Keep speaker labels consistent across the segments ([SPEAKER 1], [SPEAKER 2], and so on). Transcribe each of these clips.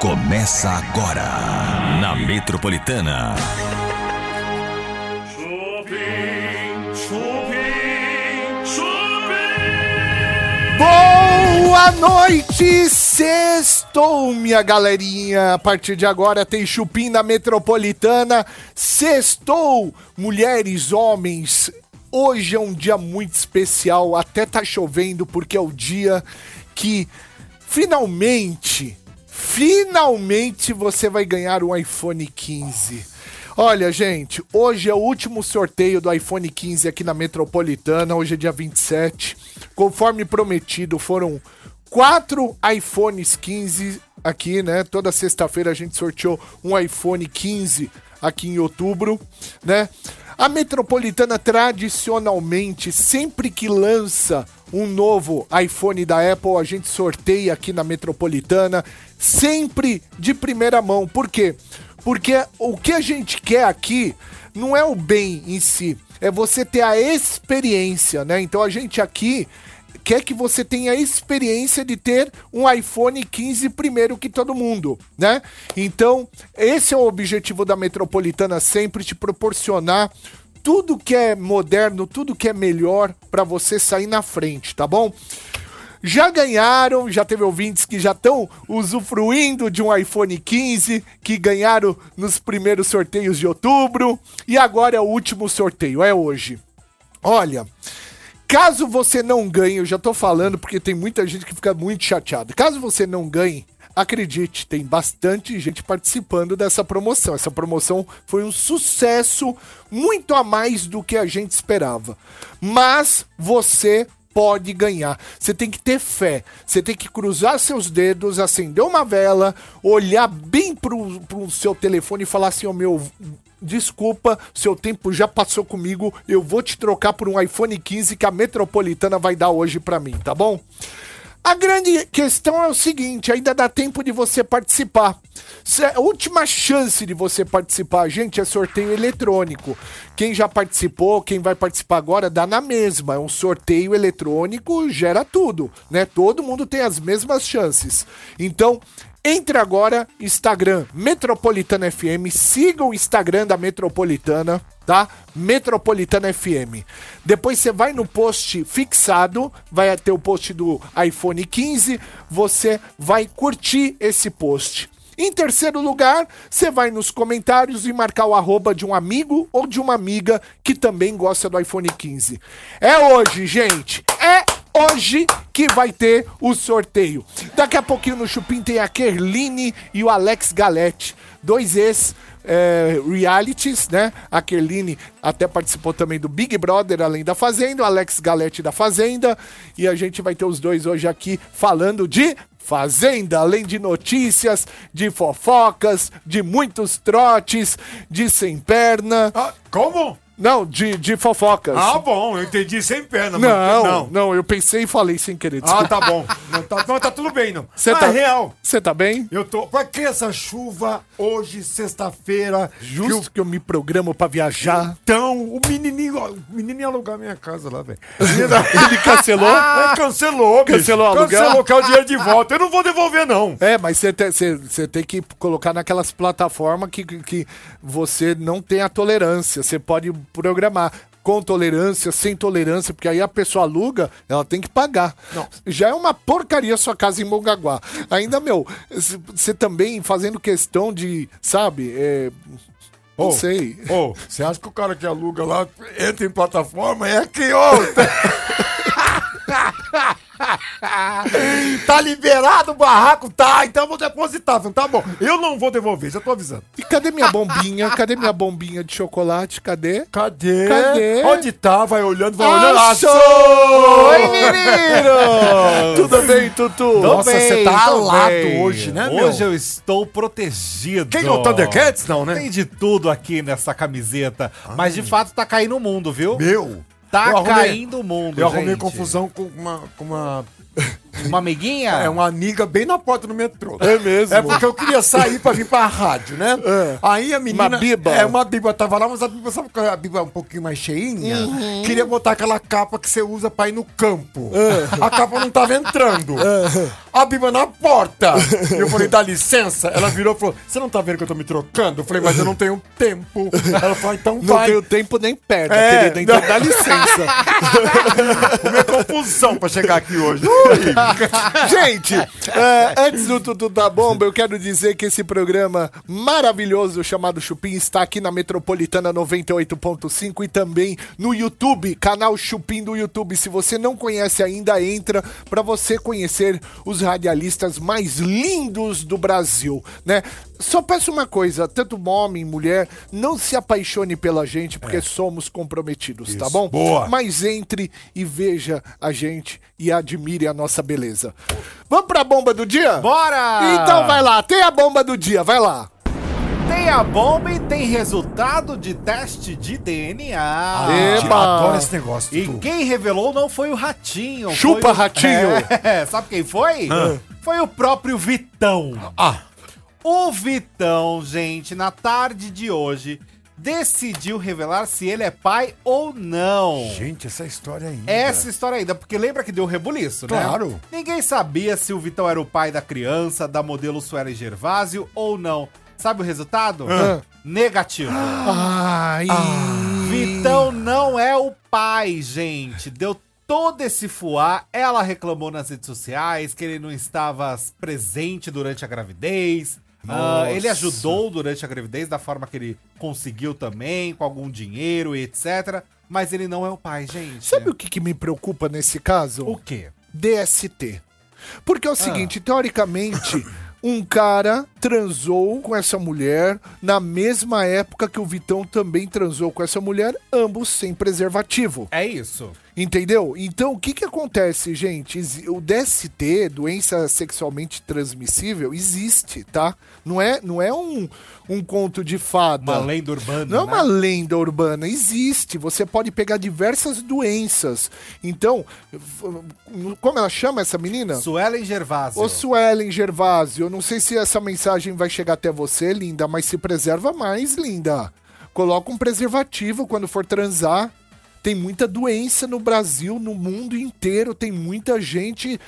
[SPEAKER 1] Começa agora na Metropolitana.
[SPEAKER 2] Chupim, chupim, chupim.
[SPEAKER 3] Boa noite, sextou, minha galerinha. A partir de agora tem Chupim na Metropolitana. Sextou, mulheres, homens. Hoje é um dia muito especial, até tá chovendo, porque é o dia que finalmente, finalmente você vai ganhar um iPhone 15. Olha, gente, hoje é o último sorteio do iPhone 15 aqui na Metropolitana. Hoje é dia 27. Conforme prometido, foram quatro iPhones 15 aqui, né? Toda sexta-feira a gente sorteou um iPhone 15 aqui em outubro, né? A Metropolitana tradicionalmente, sempre que lança um novo iPhone da Apple, a gente sorteia aqui na Metropolitana, sempre de primeira mão. Por quê? Porque o que a gente quer aqui não é o bem em si, é você ter a experiência, né? Então a gente aqui quer que você tenha a experiência de ter um iPhone 15 primeiro que todo mundo, né? Então, esse é o objetivo da Metropolitana sempre te proporcionar tudo que é moderno, tudo que é melhor para você sair na frente, tá bom? já ganharam, já teve ouvintes que já estão usufruindo de um iPhone 15, que ganharam nos primeiros sorteios de outubro, e agora é o último sorteio, é hoje. Olha, caso você não ganhe, eu já tô falando porque tem muita gente que fica muito chateada. Caso você não ganhe, acredite, tem bastante gente participando dessa promoção. Essa promoção foi um sucesso muito a mais do que a gente esperava. Mas você pode ganhar. Você tem que ter fé. Você tem que cruzar seus dedos, acender uma vela, olhar bem pro, pro seu telefone e falar assim: "Ô meu, desculpa, seu tempo já passou comigo. Eu vou te trocar por um iPhone 15 que a Metropolitana vai dar hoje pra mim, tá bom?" A grande questão é o seguinte: ainda dá tempo de você participar. Se- A última chance de você participar, gente, é sorteio eletrônico. Quem já participou, quem vai participar agora, dá na mesma. É um sorteio eletrônico, gera tudo, né? Todo mundo tem as mesmas chances. Então, entre agora, Instagram Metropolitana FM, siga o Instagram da Metropolitana, tá? Metropolitana FM. Depois você vai no post fixado, vai ter o post do iPhone 15, você vai curtir esse post. Em terceiro lugar, você vai nos comentários e marcar o arroba de um amigo ou de uma amiga que também gosta do iPhone 15. É hoje, gente! É hoje que vai ter o sorteio. Daqui a pouquinho no Chupim tem a Kerline e o Alex Galete, dois ex é, realities, né? A Kerline até participou também do Big Brother, além da Fazenda, o Alex Galete da Fazenda, e a gente vai ter os dois hoje aqui falando de Fazenda, além de notícias, de fofocas, de muitos trotes, de sem perna.
[SPEAKER 4] Ah, como?
[SPEAKER 3] Não, de, de fofocas.
[SPEAKER 4] Ah, bom, eu entendi sem perna. mas-
[SPEAKER 3] não, não, eu pensei e falei sem querer.
[SPEAKER 4] Ah, tá bom. Não tá, não, tá tudo bem, não.
[SPEAKER 3] Você
[SPEAKER 4] Mas
[SPEAKER 3] tá
[SPEAKER 4] é real.
[SPEAKER 3] Você tá bem?
[SPEAKER 4] Eu tô. Pra que essa chuva hoje, sexta-feira?
[SPEAKER 3] Justo que eu me programo pra viajar.
[SPEAKER 4] Então, o menininho. ó, O menino ia alugar minha casa lá, velho.
[SPEAKER 3] Ele cancelou?
[SPEAKER 4] É, cancelou, bicho.
[SPEAKER 3] Cancelou o aluguel?
[SPEAKER 4] Cancelou, quer o dinheiro de volta. Eu não vou devolver, não.
[SPEAKER 3] É, mas você te- você- você tem que colocar naquelas plataformas que, que- que você não tem a tolerância. Você pode programar com tolerância, sem tolerância, porque aí a pessoa aluga, ela tem que pagar. Já é uma porcaria sua casa em Mongaguá. Ainda, meu, c- você também fazendo questão de, sabe, é, não
[SPEAKER 4] Ô,
[SPEAKER 3] sei.
[SPEAKER 4] Ô, você acha que o cara que aluga lá entra em plataforma? É que, ô. tá liberado o barraco? Tá, então eu vou depositar. Falei, Tá bom, eu não vou devolver, já tô avisando.
[SPEAKER 3] E cadê minha bombinha? Cadê minha bombinha de chocolate? Cadê?
[SPEAKER 4] Cadê?
[SPEAKER 3] Cadê?
[SPEAKER 4] Onde tá? Vai olhando, vai olhando.
[SPEAKER 3] Achou!
[SPEAKER 4] Achou!
[SPEAKER 3] Oi, menino! Tudo bem, Tutu?
[SPEAKER 4] Nossa, você tá
[SPEAKER 5] tô
[SPEAKER 4] alado
[SPEAKER 5] bem.
[SPEAKER 4] hoje, né, meu?
[SPEAKER 5] Hoje eu estou protegido.
[SPEAKER 4] Quem não tá Thundercats, não, né?
[SPEAKER 5] Tem de tudo aqui nessa camiseta. Mas de fato tá caindo o mundo, viu?
[SPEAKER 4] Meu!
[SPEAKER 5] Tá
[SPEAKER 4] Eu arrumei-
[SPEAKER 5] caindo o mundo,
[SPEAKER 4] Eu arrumei
[SPEAKER 5] gente.
[SPEAKER 4] confusão com uma, com uma
[SPEAKER 5] Uma amiguinha?
[SPEAKER 4] É uma amiga bem na porta do metrô.
[SPEAKER 3] É mesmo?
[SPEAKER 4] É porque eu queria sair pra vir pra rádio, né?
[SPEAKER 3] É.
[SPEAKER 4] Aí a menina.
[SPEAKER 3] Uma biba.
[SPEAKER 4] É, uma biba tava lá, mas a biba, sabe qual é a biba um pouquinho mais cheinha?
[SPEAKER 3] É.
[SPEAKER 4] Queria botar aquela capa que você usa pra ir no campo. A capa não tava entrando. a Bíblia na porta. E eu falei, dá licença. Ela virou e falou, você não tá vendo que eu tô me trocando? Eu falei, mas eu não tenho tempo. Ela falou, então
[SPEAKER 3] Não
[SPEAKER 4] vai.
[SPEAKER 3] tenho tempo nem perna,
[SPEAKER 4] É,
[SPEAKER 3] querida, então
[SPEAKER 4] não.
[SPEAKER 3] dá licença.
[SPEAKER 4] Minha confusão pra chegar aqui hoje.
[SPEAKER 3] Gente, é, antes do Tutu da Bomba, eu quero dizer que esse programa maravilhoso chamado Chupim está aqui na Metropolitana 98.5 e também no YouTube, canal Chupim do YouTube. Se você não conhece ainda, entra para você conhecer os radialistas mais lindos do Brasil, né? Só peço uma coisa, tanto um homem, mulher, não se apaixone pela gente,
[SPEAKER 5] É.
[SPEAKER 3] porque somos comprometidos, tá bom?
[SPEAKER 4] boa.
[SPEAKER 3] Mas entre e veja a gente e admire a nossa beleza. Vamos pra bomba do dia?
[SPEAKER 5] Bora!
[SPEAKER 3] Então vai lá, tem a bomba do dia, vai lá.
[SPEAKER 5] Tem a bomba e tem resultado de teste de DNA.
[SPEAKER 3] Eba!
[SPEAKER 4] Ah, Adoro esse negócio,
[SPEAKER 5] E
[SPEAKER 4] Tutu.
[SPEAKER 5] quem revelou não foi o Ratinho. foi
[SPEAKER 3] Chupa,
[SPEAKER 5] o-
[SPEAKER 3] Ratinho!
[SPEAKER 5] É, sabe quem foi? Foi o próprio Vitão.
[SPEAKER 4] Ah,
[SPEAKER 5] O Vitão, gente, na tarde de hoje, decidiu revelar se ele é pai ou não.
[SPEAKER 4] gente, essa história é aí.
[SPEAKER 5] Essa história ainda, porque lembra que deu rebuliço, né?
[SPEAKER 4] Claro.
[SPEAKER 5] Ninguém sabia se o Vitão era o pai da criança, da modelo Sueli Gervásio ou não. Sabe o resultado? Negativo.
[SPEAKER 3] Ai. Ah,
[SPEAKER 5] Vitão não é o pai, gente. Deu todo esse fuá. Ela reclamou nas redes sociais que ele não estava presente durante a gravidez. Ah, ele ajudou durante a gravidez da forma que ele conseguiu também, com algum dinheiro e etc. Mas ele não é o pai, gente.
[SPEAKER 3] Sabe o que, que me preocupa nesse caso?
[SPEAKER 5] o quê?
[SPEAKER 3] DST. Porque é o seguinte, teoricamente, um cara transou com essa mulher na mesma época que o Vitão também transou com essa mulher, ambos sem preservativo.
[SPEAKER 5] É isso.
[SPEAKER 3] Entendeu? Então, o que que acontece, gente? Exi- O DST, doença sexualmente transmissível, existe, tá? Não é, não é um, um conto de fada.
[SPEAKER 4] Ah.
[SPEAKER 5] Uma lenda urbana.
[SPEAKER 3] Não é
[SPEAKER 5] né?
[SPEAKER 3] uma lenda urbana, existe. Você pode pegar diversas doenças. Então, f- como ela chama essa menina?
[SPEAKER 5] Suelen Gervásio.
[SPEAKER 3] Ô Suelen Gervásio, eu não sei se essa mensagem vai chegar até você, linda, mas se preserva mais, linda. Coloca um preservativo quando for transar. Tem muita doença no Brasil, no mundo inteiro, tem muita gente.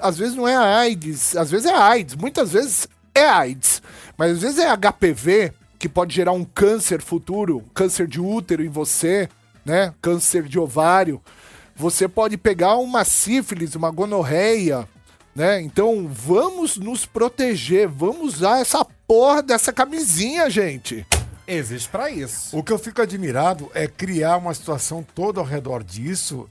[SPEAKER 3] Às vezes não é AIDS, às vezes é AIDS, muitas vezes é AIDS, mas às vezes é HPV, que pode gerar um câncer futuro, câncer de útero em você, né? Câncer de ovário. Você pode pegar uma sífilis, uma gonorreia, né? Então vamos nos proteger, vamos usar essa porra dessa camisinha, gente.
[SPEAKER 5] Existe pra isso.
[SPEAKER 4] O que eu fico admirado é criar uma situação toda ao redor disso.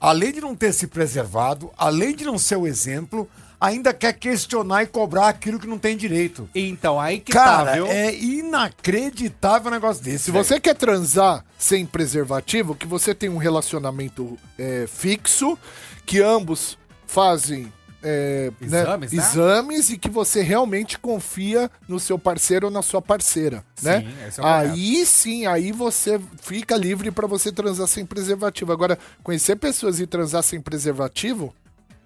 [SPEAKER 4] Além de não ter se preservado, além de não ser o exemplo, ainda quer questionar e cobrar aquilo que não tem direito.
[SPEAKER 5] Então, aí que tá,
[SPEAKER 4] Cara,
[SPEAKER 5] viu?
[SPEAKER 4] é inacreditável um negócio desse.
[SPEAKER 3] Se você quer transar sem preservativo, que você tem um relacionamento é, fixo, que ambos fazem é, né,
[SPEAKER 5] Exames, né?
[SPEAKER 3] exames e que você realmente confia no seu parceiro ou na sua parceira, né?
[SPEAKER 5] esse é o
[SPEAKER 3] aí sim, aí você fica livre pra você transar sem preservativo. Agora, conhecer pessoas e transar sem preservativo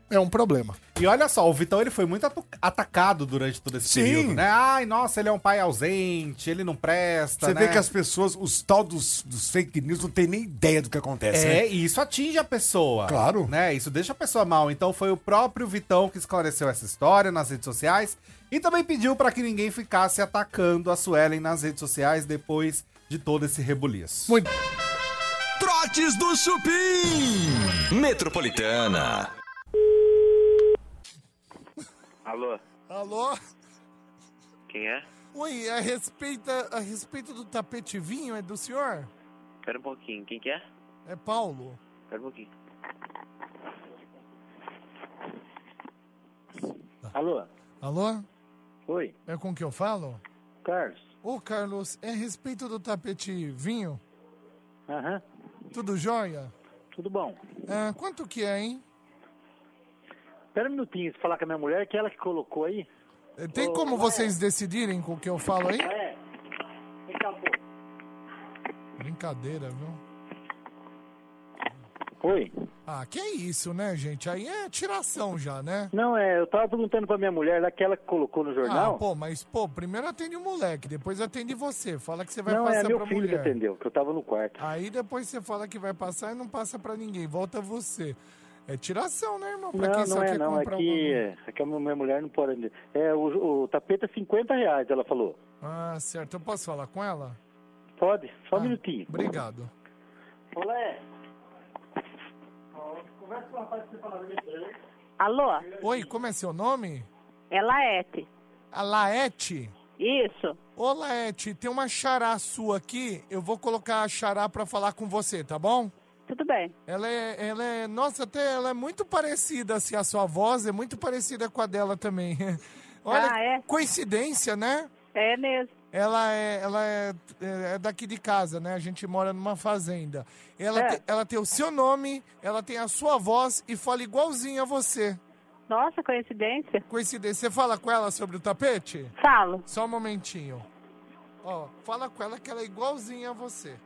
[SPEAKER 3] é um problema.
[SPEAKER 5] E olha só, o Vitão ele foi muito atu- atacado durante todo esse
[SPEAKER 4] Sim.
[SPEAKER 5] período, né? Ai, nossa, ele é um pai ausente, ele não presta,
[SPEAKER 4] Você
[SPEAKER 5] né?
[SPEAKER 4] vê que as pessoas, os tal dos, dos fake news, não tem nem ideia do que acontece. né?
[SPEAKER 5] É, e isso atinge a pessoa.
[SPEAKER 4] Claro.
[SPEAKER 5] Né? Isso deixa a pessoa mal. Então foi o próprio Vitão que esclareceu essa história nas redes sociais e também pediu pra que ninguém ficasse atacando a Suelen nas redes sociais depois de todo esse rebuliço.
[SPEAKER 3] Muito
[SPEAKER 1] Trotes do Chupim. Metropolitana.
[SPEAKER 6] Alô,
[SPEAKER 3] Alô?
[SPEAKER 6] quem é?
[SPEAKER 3] Oi, a respeito, a respeito do tapete vinho é do senhor?
[SPEAKER 6] Pera um pouquinho, quem que é?
[SPEAKER 3] É Paulo.
[SPEAKER 6] Pera um pouquinho. Alô,
[SPEAKER 3] Alô?
[SPEAKER 6] oi,
[SPEAKER 3] É com que eu falo?
[SPEAKER 6] Carlos.
[SPEAKER 3] Ô, Carlos, é a respeito do tapete vinho?
[SPEAKER 6] Aham,
[SPEAKER 3] Tudo jóia?
[SPEAKER 6] tudo bom?
[SPEAKER 3] Ah, quanto que é, hein?
[SPEAKER 6] Pera um minutinho, se falar com a minha mulher, que é ela que colocou aí.
[SPEAKER 3] Eh, Tem como vocês decidirem com o que eu falo aí?
[SPEAKER 6] É, vem cá, Então, pô.
[SPEAKER 3] Brincadeira, viu?
[SPEAKER 6] Oi,
[SPEAKER 3] Ah, que isso, né, gente? Aí é tiração já, né?
[SPEAKER 6] não, é, eu tava perguntando pra minha mulher lá, que ela que colocou no
[SPEAKER 3] Ah,
[SPEAKER 6] jornal.
[SPEAKER 3] pô, mas, pô, primeiro atende o moleque, depois atende você. Fala que você vai
[SPEAKER 6] não, é
[SPEAKER 3] passar
[SPEAKER 6] meu
[SPEAKER 3] pra
[SPEAKER 6] filho que
[SPEAKER 3] mulher. Ah,
[SPEAKER 6] atendeu, que eu tava no quarto.
[SPEAKER 3] Aí depois você fala que vai passar e não passa pra ninguém, volta você. É tiração, né, irmão? Pra
[SPEAKER 6] Não,
[SPEAKER 3] quem só
[SPEAKER 6] não é
[SPEAKER 3] quer
[SPEAKER 6] não. É
[SPEAKER 3] comprar
[SPEAKER 6] que,
[SPEAKER 3] um bagulho.
[SPEAKER 6] é que a minha mulher não pode. É, o, o tapete é 50 reais, ela falou.
[SPEAKER 3] Ah, certo. Eu posso falar com ela?
[SPEAKER 6] Pode? Só um
[SPEAKER 3] Ah,
[SPEAKER 6] minutinho.
[SPEAKER 3] Obrigado.
[SPEAKER 6] Olá, é.
[SPEAKER 7] Alô,
[SPEAKER 3] Oi, como é seu nome?
[SPEAKER 7] é Laete.
[SPEAKER 3] A Laete?
[SPEAKER 7] Isso.
[SPEAKER 3] Ô, Laete, tem uma xará sua aqui. Eu vou colocar a xará pra falar com você, tá bom?
[SPEAKER 7] Tudo bem.
[SPEAKER 3] Ela é, ela é, nossa, até ela é muito parecida, assim, a sua voz é muito parecida com a dela também. Olha,
[SPEAKER 7] Ah, é?
[SPEAKER 3] coincidência, né?
[SPEAKER 7] É mesmo.
[SPEAKER 3] Ela é, ela é, é daqui de casa, né? A gente mora numa fazenda. Ela,
[SPEAKER 7] É.
[SPEAKER 3] te- ela tem o seu nome, ela tem a sua voz e fala igualzinho a você.
[SPEAKER 7] Nossa, coincidência.
[SPEAKER 3] Coincidência. Você fala com ela sobre o tapete?
[SPEAKER 7] Falo.
[SPEAKER 3] Só um momentinho. Ó, fala com ela que ela é igualzinha a você.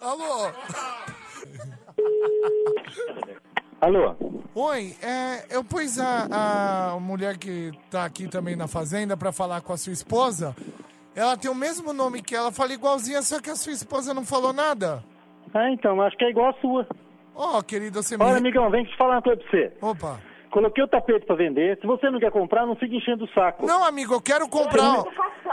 [SPEAKER 3] Alô?
[SPEAKER 6] Alô?
[SPEAKER 3] Oi, é, eu pus a, a mulher que tá aqui também na fazenda pra falar com a sua esposa. Ela tem o mesmo nome que ela, fala igualzinha, só que a sua esposa não falou nada.
[SPEAKER 6] Ah, então, acho que é igual a sua.
[SPEAKER 3] Ó, querida, você me...
[SPEAKER 6] Olha, amigão, vem te falar uma coisa pra você.
[SPEAKER 3] Opa.
[SPEAKER 6] Coloquei o tapete pra vender. Se você não quer comprar, não fica enchendo o saco.
[SPEAKER 3] Não, amigo, eu quero comprar...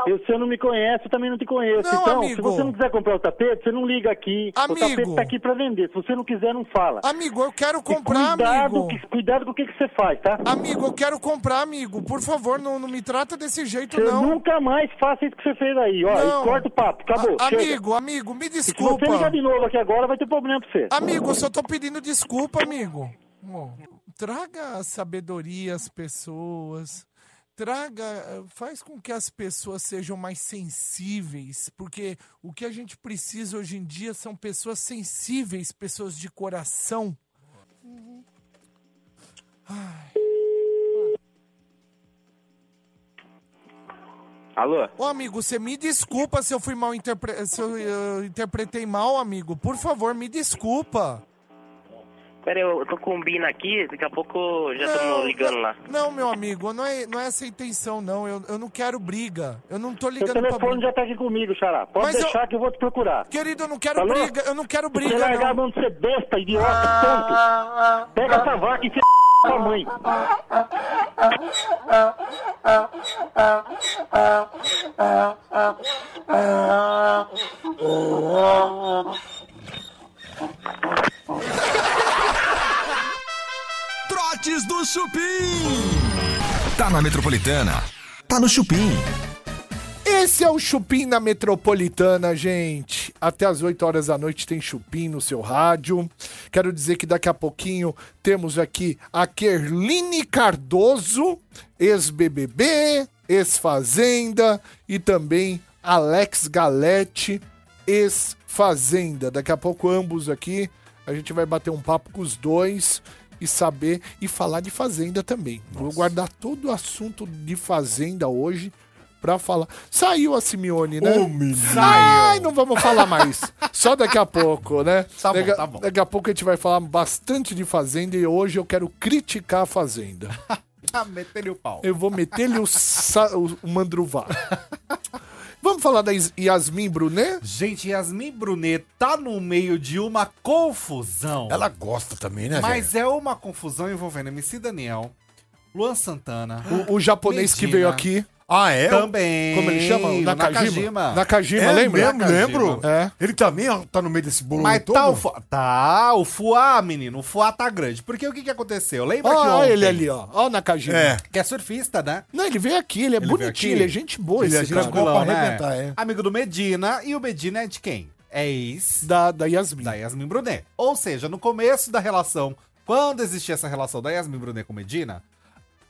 [SPEAKER 6] Eu, se eu não me conheço, eu também não te conheço.
[SPEAKER 3] Não,
[SPEAKER 6] então,
[SPEAKER 3] amigo.
[SPEAKER 6] se você não quiser comprar o tapete, você não liga aqui.
[SPEAKER 3] Amigo.
[SPEAKER 6] O tapete tá aqui pra vender. Se você não quiser, não fala.
[SPEAKER 3] Amigo, eu quero
[SPEAKER 6] E
[SPEAKER 3] comprar,
[SPEAKER 6] cuidado,
[SPEAKER 3] amigo. Ah,
[SPEAKER 6] que- cuidado com o que, que você faz, tá?
[SPEAKER 3] Amigo, eu quero comprar, amigo. Por favor, não, não me trata desse jeito,
[SPEAKER 6] Você
[SPEAKER 3] não.
[SPEAKER 6] nunca mais faça isso que você fez aí, ó.
[SPEAKER 3] Não.
[SPEAKER 6] E corta o papo, acabou.
[SPEAKER 3] A-
[SPEAKER 6] chega.
[SPEAKER 3] amigo, amigo, me
[SPEAKER 6] Se você
[SPEAKER 3] desculpa. Ah,
[SPEAKER 6] ligar de novo aqui agora, vai ter problema pra você.
[SPEAKER 3] Amigo, eu só tô pedindo desculpa, amigo. Ó, traga a sabedoria às pessoas. Traga, eh, faz com que as pessoas sejam mais sensíveis, porque o que a gente precisa hoje em dia são pessoas sensíveis, pessoas de coração.
[SPEAKER 8] Alô?
[SPEAKER 3] Ô, amigo, você me desculpa se eu fui mal interpre... se eu, eh, interpretei mal, amigo. Por favor, me desculpa.
[SPEAKER 8] Pera, eu, eu tô com um bina aqui, daqui a pouco já estamos ligando
[SPEAKER 3] não,
[SPEAKER 8] lá.
[SPEAKER 3] Não, meu amigo, não é, não é essa a intenção, não. Eu, eu não quero briga. Eu não tô
[SPEAKER 6] Seu
[SPEAKER 3] ligando pra
[SPEAKER 6] telefone
[SPEAKER 3] briga.
[SPEAKER 6] já tá aqui comigo, Xará. Pode
[SPEAKER 3] Mas eu-
[SPEAKER 6] deixar que eu vou te procurar.
[SPEAKER 3] Querido, eu não quero
[SPEAKER 6] Alô?
[SPEAKER 3] briga. Eu não quero
[SPEAKER 6] você
[SPEAKER 3] briga,
[SPEAKER 6] largar a
[SPEAKER 3] não.
[SPEAKER 6] mão de ser besta, idiota, tonto. Pega essa vaca e enfia a sua mãe.
[SPEAKER 1] Trotes do Chupim. Tá na Metropolitana. Tá no Chupim.
[SPEAKER 3] Esse é o Chupim na Metropolitana, gente. Até às 8 horas da noite tem Chupim no seu rádio. Quero dizer que daqui a pouquinho temos aqui a Kerline Cardoso, ex-BBB, ex-Fazenda e também Alex Galete, ex-Fazenda. Daqui a pouco ambos aqui, a gente vai bater um papo com os dois e saber e falar de Fazenda também. Vou guardar todo o assunto de Fazenda hoje pra falar. Saiu a Simeone, né? Ai, não vamos falar mais. Só daqui a pouco, né?
[SPEAKER 5] Tá bom,
[SPEAKER 3] daqui, a-
[SPEAKER 5] tá bom.
[SPEAKER 3] Daqui a pouco a gente vai falar bastante de Fazenda e hoje eu quero criticar a Fazenda.
[SPEAKER 5] Ah, meteu-lhe o pau.
[SPEAKER 3] Eu vou meter-lhe o, sa- o, o mandruvá. Vamos falar da Is- Yasmin Brunet?
[SPEAKER 5] Gente, Yasmin Brunet tá no meio de uma confusão.
[SPEAKER 4] Ela gosta também, né,
[SPEAKER 5] Mas é uma confusão envolvendo MC Daniel, Luan Santana.
[SPEAKER 3] O, o japonês que veio
[SPEAKER 5] Medina.
[SPEAKER 3] aqui.
[SPEAKER 4] Ah, é?
[SPEAKER 5] Também.
[SPEAKER 3] Como ele chama? O
[SPEAKER 5] o
[SPEAKER 3] Nakajima.
[SPEAKER 5] Nakajima.
[SPEAKER 3] Nakajima,
[SPEAKER 4] é
[SPEAKER 3] lembra?
[SPEAKER 4] mesmo,
[SPEAKER 5] Nakajima.
[SPEAKER 4] lembro.
[SPEAKER 3] É.
[SPEAKER 4] Ele também tá no meio desse bolo
[SPEAKER 5] Mas
[SPEAKER 4] todo?
[SPEAKER 5] tá o Fuá. Tá, o Fuá, menino. O Fuá tá grande. Porque o que que aconteceu? Lembra que
[SPEAKER 3] Ó,
[SPEAKER 5] ontem-
[SPEAKER 3] ele ali, ó. Ó, o Nakajima.
[SPEAKER 4] É.
[SPEAKER 5] Que é surfista, né?
[SPEAKER 3] Não, ele veio aqui, ele é
[SPEAKER 5] Ele veio aqui?
[SPEAKER 3] bonitinho, ele é gente boa
[SPEAKER 4] Ele é
[SPEAKER 3] esse cara.
[SPEAKER 4] tranquilão.
[SPEAKER 5] Tranquilão,
[SPEAKER 4] pra
[SPEAKER 5] né?
[SPEAKER 4] arrebentar, é.
[SPEAKER 5] Amigo do Medina. E o Medina é de quem? É ex
[SPEAKER 3] Da, da Yasmin.
[SPEAKER 5] da Yasmin Brunet. Ou seja, no começo da relação, quando existia essa relação da Yasmin Brunet com Medina,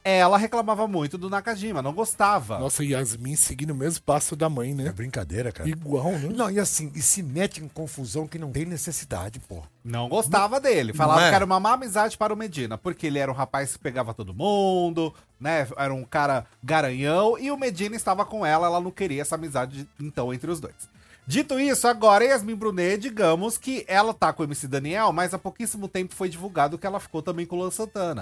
[SPEAKER 5] ela reclamava muito do Nakajima, não gostava.
[SPEAKER 3] Nossa, Yasmin seguindo o mesmo passo da mãe,
[SPEAKER 4] É
[SPEAKER 3] né?
[SPEAKER 4] brincadeira, cara.
[SPEAKER 3] Igual, né?
[SPEAKER 4] Não, e assim, e se mete em confusão que não tem necessidade, pô.
[SPEAKER 5] Não gostava dele. Falava
[SPEAKER 4] é?
[SPEAKER 5] que era uma má amizade para o Medina, porque ele era um rapaz que pegava todo mundo, né? Era um cara garanhão e o Medina estava com ela, ela não queria essa amizade, então, entre os dois. Dito isso, agora Yasmin Brunet, digamos que ela tá com o MC Daniel, mas há pouquíssimo tempo foi divulgado que ela ficou também com o Luan Santana.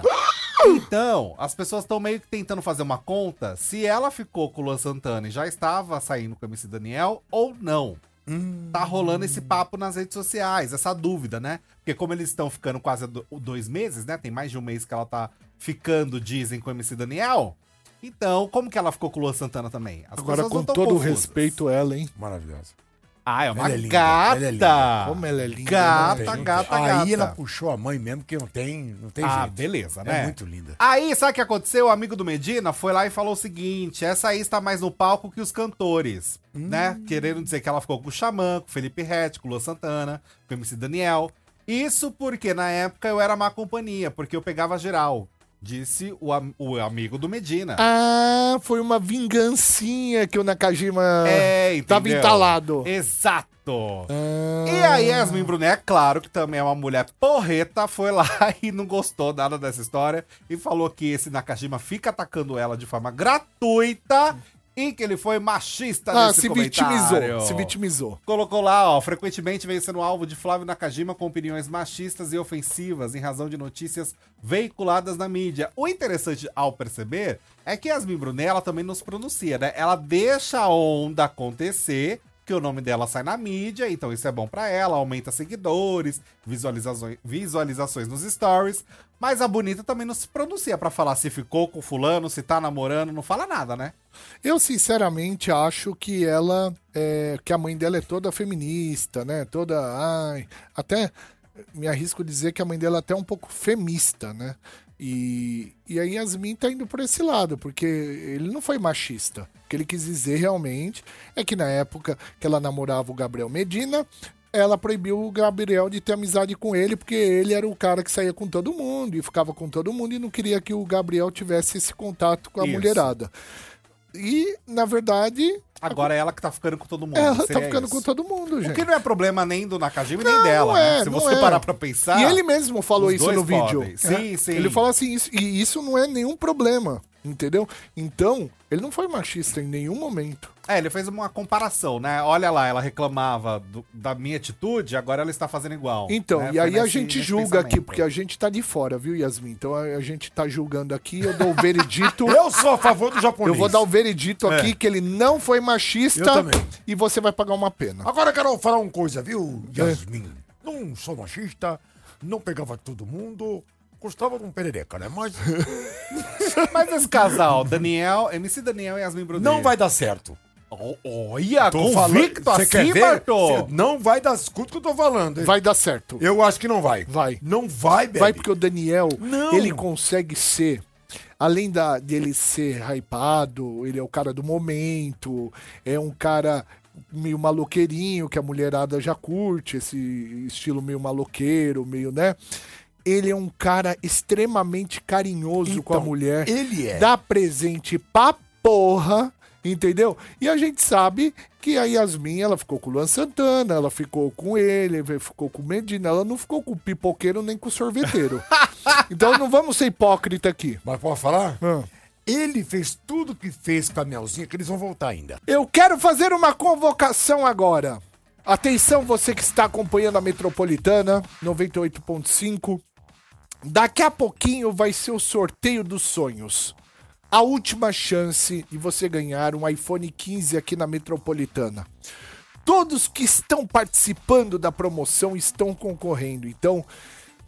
[SPEAKER 5] Então, as pessoas estão meio que tentando fazer uma conta se ela ficou com o Luan Santana e já estava saindo com o MC Daniel ou não.
[SPEAKER 4] Hum.
[SPEAKER 5] Tá rolando esse papo nas redes sociais, essa dúvida, né? Porque como eles estão ficando quase do- dois meses, né? Tem mais de um mês que ela tá ficando, dizem, com o MC Daniel. Então, como que ela ficou com o Luan Santana também? As
[SPEAKER 3] Agora,
[SPEAKER 5] pessoas não
[SPEAKER 3] com
[SPEAKER 5] tão
[SPEAKER 3] todo o
[SPEAKER 5] confusas.
[SPEAKER 3] respeito, ela, hein?
[SPEAKER 4] Maravilhosa.
[SPEAKER 5] Ah, é uma
[SPEAKER 4] Ela é linda,
[SPEAKER 5] gata!
[SPEAKER 4] ela é
[SPEAKER 5] Ah,
[SPEAKER 4] linda.
[SPEAKER 3] Como ela é linda.
[SPEAKER 5] Gata,
[SPEAKER 3] né, gente?
[SPEAKER 5] gata,
[SPEAKER 4] Aí
[SPEAKER 5] gata.
[SPEAKER 4] ela puxou a mãe mesmo, que não tem, não tem
[SPEAKER 5] Ah,
[SPEAKER 4] jeito.
[SPEAKER 5] beleza,
[SPEAKER 4] É
[SPEAKER 5] né?
[SPEAKER 4] muito linda.
[SPEAKER 5] Aí, sabe o que aconteceu? O amigo do Medina foi lá e falou o seguinte: essa aí está mais no palco que os cantores, né?
[SPEAKER 3] Hum.
[SPEAKER 5] Querendo dizer que ela ficou com o Xamã, com o Felipe Rett, com o Luan Santana, com o MC Daniel. Isso porque na época eu era má companhia, porque eu pegava geral, disse o, am- o amigo do Medina.
[SPEAKER 3] Ah, foi uma vingancinha que o Nakajima
[SPEAKER 5] É, entendeu?
[SPEAKER 3] tava tá entalado.
[SPEAKER 5] Exato.
[SPEAKER 3] Ah,
[SPEAKER 5] E a Yasmin Brunet, claro que também é uma mulher porreta, foi lá e não gostou nada dessa história e falou que esse Nakajima fica atacando ela de forma gratuita e que ele foi machista
[SPEAKER 3] ah,
[SPEAKER 5] tá nesse
[SPEAKER 3] se
[SPEAKER 5] comentário.
[SPEAKER 3] vitimizou, se vitimizou.
[SPEAKER 5] Colocou lá, ó, frequentemente vem sendo alvo de Flávio Nakajima com opiniões machistas e ofensivas em razão de notícias veiculadas na mídia. O interessante ao perceber é que Yasmin Brunet, ela também nos pronuncia, né? Ela deixa a onda acontecer, que o nome dela sai na mídia, então isso é bom pra ela, aumenta seguidores, visualizações, visualizações nos stories, mas a bonita também não se pronuncia pra falar se ficou com fulano, se tá namorando, não fala nada, né?
[SPEAKER 3] Eu, sinceramente, acho que ela. é, que a mãe dela é toda feminista, né? Toda. Ai, até me arrisco a dizer que a mãe dela é até um pouco femista, né? E, e a Yasmin tá indo por esse lado, porque ele não foi machista. O que ele quis dizer realmente é que na época que ela namorava o Gabriel Medina, ela proibiu o Gabriel de ter amizade com ele, porque ele era o cara que saía com todo mundo e ficava com todo mundo e não queria que o Gabriel tivesse esse contato com a
[SPEAKER 5] Isso.
[SPEAKER 3] mulherada. E, na verdade,
[SPEAKER 5] Agora é ela que tá ficando com todo mundo.
[SPEAKER 3] ela tá
[SPEAKER 5] seria
[SPEAKER 3] ficando
[SPEAKER 5] é isso.
[SPEAKER 3] com todo mundo,
[SPEAKER 5] O
[SPEAKER 3] gente.
[SPEAKER 5] que não é problema nem do Nakajima e
[SPEAKER 3] Não,
[SPEAKER 5] nem dela,
[SPEAKER 3] não é,
[SPEAKER 5] né? Se
[SPEAKER 3] não
[SPEAKER 5] você
[SPEAKER 3] é.
[SPEAKER 5] parar pra pensar.
[SPEAKER 3] E ele mesmo falou
[SPEAKER 5] os
[SPEAKER 3] isso
[SPEAKER 5] dois
[SPEAKER 3] no vídeo. É.
[SPEAKER 5] podem. Sim, sim.
[SPEAKER 3] Ele falou assim, isso, e isso não é nenhum problema, entendeu? Então, ele não foi machista em nenhum momento.
[SPEAKER 5] É, ele fez uma comparação, né? Olha lá, ela reclamava do- da minha atitude, agora ela está fazendo igual.
[SPEAKER 3] Então,
[SPEAKER 5] né?
[SPEAKER 3] e aí
[SPEAKER 5] Foi
[SPEAKER 3] a
[SPEAKER 5] nesse-
[SPEAKER 3] gente
[SPEAKER 5] nesse
[SPEAKER 3] julga aqui,
[SPEAKER 5] pensamento.
[SPEAKER 3] porque a gente tá de fora, viu, Yasmin? Então a, a gente tá julgando aqui, eu dou o veredito.
[SPEAKER 4] Eu sou a favor do
[SPEAKER 3] eu
[SPEAKER 4] japonês.
[SPEAKER 3] vou dar o veredito
[SPEAKER 5] É.
[SPEAKER 3] aqui que ele não foi machista
[SPEAKER 4] Eu também.
[SPEAKER 3] e você vai pagar uma pena.
[SPEAKER 4] Agora, Carol, falar uma coisa, viu, Yasmin? Não sou machista, não pegava todo mundo, gostava de um perereca, né? Mas
[SPEAKER 5] Mas esse casal, Daniel, MC Daniel e Yasmin Brunet.
[SPEAKER 4] não vai dar certo.
[SPEAKER 5] O- Olha,
[SPEAKER 4] Tô
[SPEAKER 5] convicto
[SPEAKER 4] falando- Cê quer
[SPEAKER 5] assim,
[SPEAKER 4] ver?
[SPEAKER 5] Bartô!
[SPEAKER 4] Cê Não vai dar. Escuta o que eu tô falando. hein?
[SPEAKER 3] Vai dar certo.
[SPEAKER 4] Eu acho que não vai.
[SPEAKER 3] Vai.
[SPEAKER 4] Não vai, Bebe.
[SPEAKER 3] Vai porque o Daniel,
[SPEAKER 4] Não.
[SPEAKER 3] ele consegue ser. Além da, dele ser hypado, ele é o cara do momento, é um cara meio maloqueirinho, que a mulherada já curte, esse estilo meio maloqueiro, meio, né? Ele é um cara extremamente carinhoso com a
[SPEAKER 4] Então,
[SPEAKER 3] mulher.
[SPEAKER 4] ele é.
[SPEAKER 3] Dá presente pra porra, entendeu? E a gente sabe que a Yasmin, ela ficou com o Luan Santana, ela ficou com ele, ficou com o Medina, ela não ficou com o pipoqueiro nem com o sorveteiro. então não vamos ser hipócrita aqui.
[SPEAKER 4] Mas pode falar? Ele fez tudo o que fez com a Melzinha, que eles vão voltar ainda.
[SPEAKER 3] Eu quero fazer uma convocação agora. Atenção, você que está acompanhando a Metropolitana 98.5. Daqui a pouquinho vai ser o sorteio dos sonhos. A última chance de você ganhar um iPhone 15 aqui na Metropolitana. Todos que estão participando da promoção estão concorrendo. Então,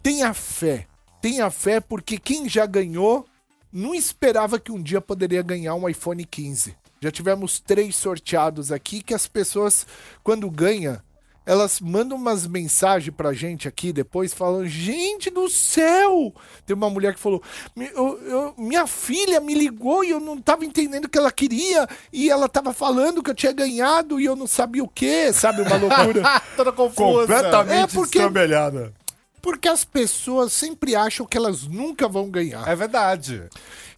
[SPEAKER 3] tenha fé. Tenha fé, porque quem já ganhou não esperava que um dia poderia ganhar um iPhone 15. Já tivemos três sorteados aqui que as pessoas, quando ganha, elas mandam umas mensagens pra gente aqui depois falando: Gente do céu! Tem uma mulher que falou: "Mi- eu- eu- Minha filha me ligou e eu não tava entendendo o que ela queria, e ela tava falando que eu tinha ganhado e eu não sabia o que, sabe? Uma loucura.
[SPEAKER 5] Toda confusa.
[SPEAKER 4] Completamente
[SPEAKER 3] É porque-
[SPEAKER 4] estrambelhada.
[SPEAKER 3] Porque as pessoas sempre acham que elas nunca vão ganhar.
[SPEAKER 5] É verdade.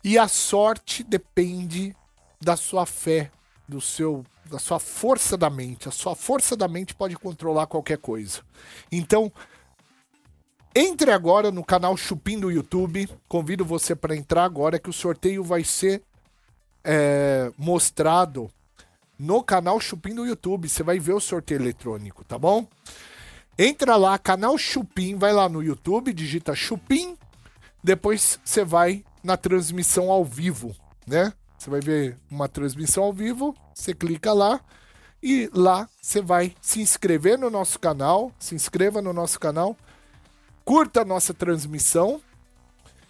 [SPEAKER 3] E a sorte depende da sua fé, do seu, da sua força da mente. A sua força da mente pode controlar qualquer coisa. Então, entre agora no canal Chupim do YouTube. Convido você para entrar agora que o sorteio vai ser é, mostrado no canal Chupim do YouTube. Você vai ver o sorteio eletrônico, tá bom? Entra lá, canal Chupim, vai lá no YouTube, digita Chupim, depois você vai na transmissão ao vivo, né? Você vai ver uma transmissão ao vivo, você clica lá e lá você vai se inscrever no nosso canal, se inscreva no nosso canal, curta a nossa transmissão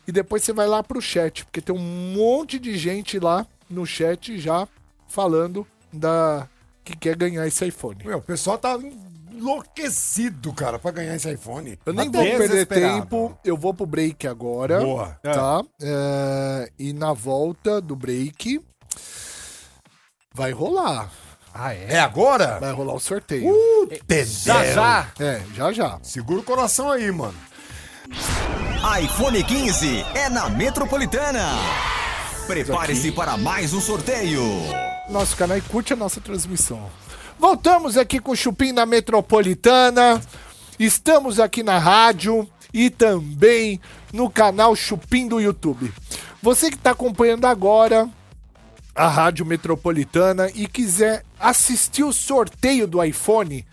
[SPEAKER 3] e depois você vai lá pro chat, porque tem um monte de gente lá no chat já falando da que quer ganhar esse iPhone.
[SPEAKER 4] Meu, o pessoal tá enlouquecido, cara, pra ganhar esse iPhone.
[SPEAKER 3] Eu nem
[SPEAKER 4] Tá
[SPEAKER 3] vou perder
[SPEAKER 4] desesperado.
[SPEAKER 3] tempo, eu vou pro break agora.
[SPEAKER 4] Boa.
[SPEAKER 3] Tá? É, e na volta do break vai rolar.
[SPEAKER 5] Ah, é?
[SPEAKER 4] É agora?
[SPEAKER 3] Vai rolar o sorteio.
[SPEAKER 4] Uh,
[SPEAKER 5] Já, já.
[SPEAKER 3] É, já já.
[SPEAKER 4] Segura o coração aí, mano.
[SPEAKER 1] iPhone 15 é na Metropolitana. Prepare-se para mais um sorteio.
[SPEAKER 3] Nosso canal e curte a nossa transmissão. Voltamos aqui com o Chupim na Metropolitana. Estamos aqui na rádio e também no canal Chupim do YouTube. Você que está acompanhando agora, a Rádio Metropolitana e quiser assistir o sorteio do iPhone,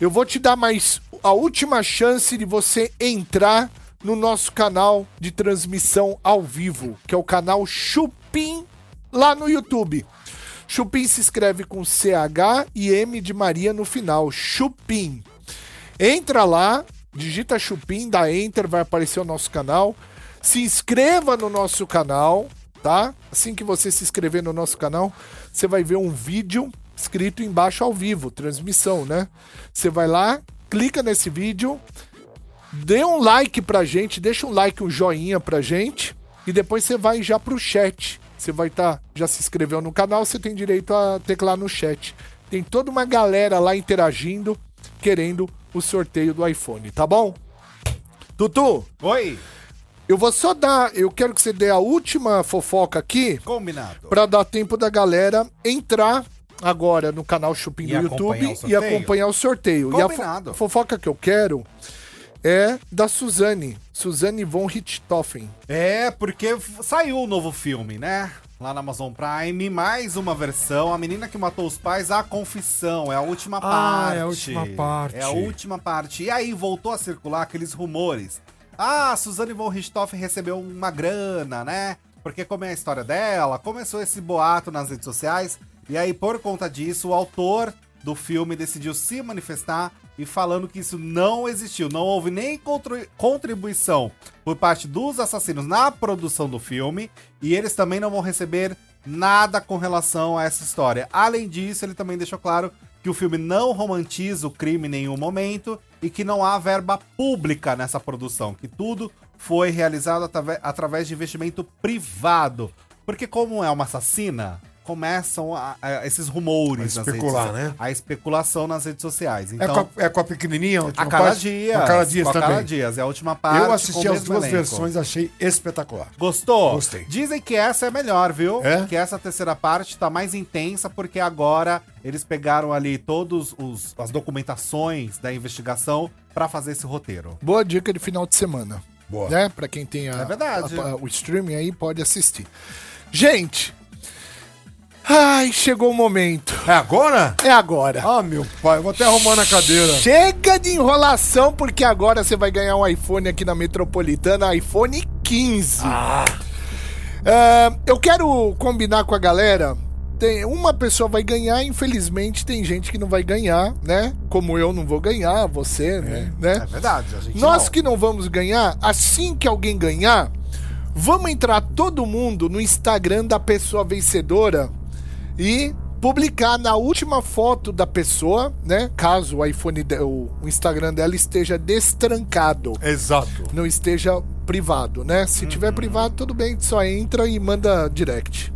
[SPEAKER 3] eu vou te dar mais a última chance de você entrar no nosso canal de transmissão ao vivo, que é o canal Chupim lá no YouTube. Chupim se escreve com CH e M de Maria no final, Chupim. Entra lá, digita Chupim, dá Enter, vai aparecer o nosso canal. Se inscreva no nosso canal, tá? Assim que você se inscrever no nosso canal, você vai ver um vídeo escrito embaixo ao vivo, transmissão, né? Você vai lá, clica nesse vídeo, dê um like pra gente, deixa um like, um joinha pra gente e depois você vai já pro chat. Você vai estar, já se inscreveu no canal, você tem direito a teclar no chat. Tem toda uma galera lá interagindo, querendo o sorteio do iPhone, tá bom? Tutu,
[SPEAKER 5] Oi,
[SPEAKER 3] eu vou só dar, eu quero que você dê a última fofoca aqui
[SPEAKER 5] combinado.
[SPEAKER 3] pra dar tempo da galera entrar agora no canal Chupim do
[SPEAKER 5] E acompanhar
[SPEAKER 3] YouTube
[SPEAKER 5] o
[SPEAKER 3] e
[SPEAKER 5] sorteio.
[SPEAKER 3] acompanhar o sorteio. E a
[SPEAKER 5] Combinado.
[SPEAKER 3] fo- fofoca que eu quero é da Suzane, Suzane von Richthofen.
[SPEAKER 5] É, porque f- saiu o novo filme, né? Lá na Amazon Prime, mais uma versão. A menina que matou os pais, a confissão. É a última parte.
[SPEAKER 4] é a última parte.
[SPEAKER 5] É a última parte. E aí voltou a circular aqueles rumores. Ah, a Suzane von Richthofen recebeu uma grana, né? Porque como é a história dela, começou esse boato nas redes sociais. E aí, por conta disso, o autor do filme decidiu se manifestar e falando que isso não existiu. Não houve nem contri- contribuição por parte dos assassinos na produção do filme. E eles também não vão receber nada com relação a essa história. Além disso, ele também deixou claro que o filme não romantiza o crime em nenhum momento e que não há verba pública nessa produção, que tudo foi realizado atave- através de investimento privado. Porque como é uma assassina, começam a- a- esses rumores
[SPEAKER 4] A
[SPEAKER 5] nas redes
[SPEAKER 4] especular,
[SPEAKER 5] sociais.
[SPEAKER 4] né?
[SPEAKER 5] A especulação nas redes sociais.
[SPEAKER 4] É,
[SPEAKER 5] Então,
[SPEAKER 4] com a, é com a pequenininha? última
[SPEAKER 5] a Cara
[SPEAKER 4] parte?
[SPEAKER 5] Dias.
[SPEAKER 4] A cara Dias
[SPEAKER 5] com a
[SPEAKER 4] também.
[SPEAKER 5] Cara Dias, é a última parte.
[SPEAKER 4] Eu
[SPEAKER 5] com
[SPEAKER 4] assisti
[SPEAKER 5] o
[SPEAKER 4] as
[SPEAKER 5] mesmo
[SPEAKER 4] duas
[SPEAKER 5] elenco.
[SPEAKER 4] versões, achei espetacular.
[SPEAKER 5] Gostou?
[SPEAKER 4] Gostei.
[SPEAKER 5] Dizem que essa é melhor, viu?
[SPEAKER 4] É?
[SPEAKER 5] Que essa terceira parte tá mais intensa, porque agora eles pegaram ali todos os as documentações da investigação pra fazer esse roteiro.
[SPEAKER 3] Boa dica de final de semana.
[SPEAKER 4] Boa.
[SPEAKER 3] Né? Pra quem tem a-
[SPEAKER 5] É verdade.
[SPEAKER 3] a- a- o streaming aí, pode assistir. Gente! Ai, chegou o momento.
[SPEAKER 4] É agora?
[SPEAKER 3] É agora.
[SPEAKER 4] Ah, meu pai, eu vou até arrumar na cadeira.
[SPEAKER 3] Chega de enrolação, porque agora você vai ganhar um iPhone aqui na Metropolitana, iPhone 15. Ah, eu quero combinar com a galera. Tem, uma pessoa vai ganhar, infelizmente tem gente que não vai ganhar, né? Como eu não vou ganhar, você, né? né?
[SPEAKER 5] É verdade, a gente.
[SPEAKER 3] Nós
[SPEAKER 5] não.
[SPEAKER 3] que não vamos ganhar, assim que alguém ganhar, vamos entrar todo mundo no Instagram da pessoa vencedora e publicar na última foto da pessoa, né? Caso o iPhone, de- o o Instagram dela esteja destrancado,
[SPEAKER 4] Exato.
[SPEAKER 3] não esteja privado, né? Se tiver privado, tudo bem, só entra e manda direct.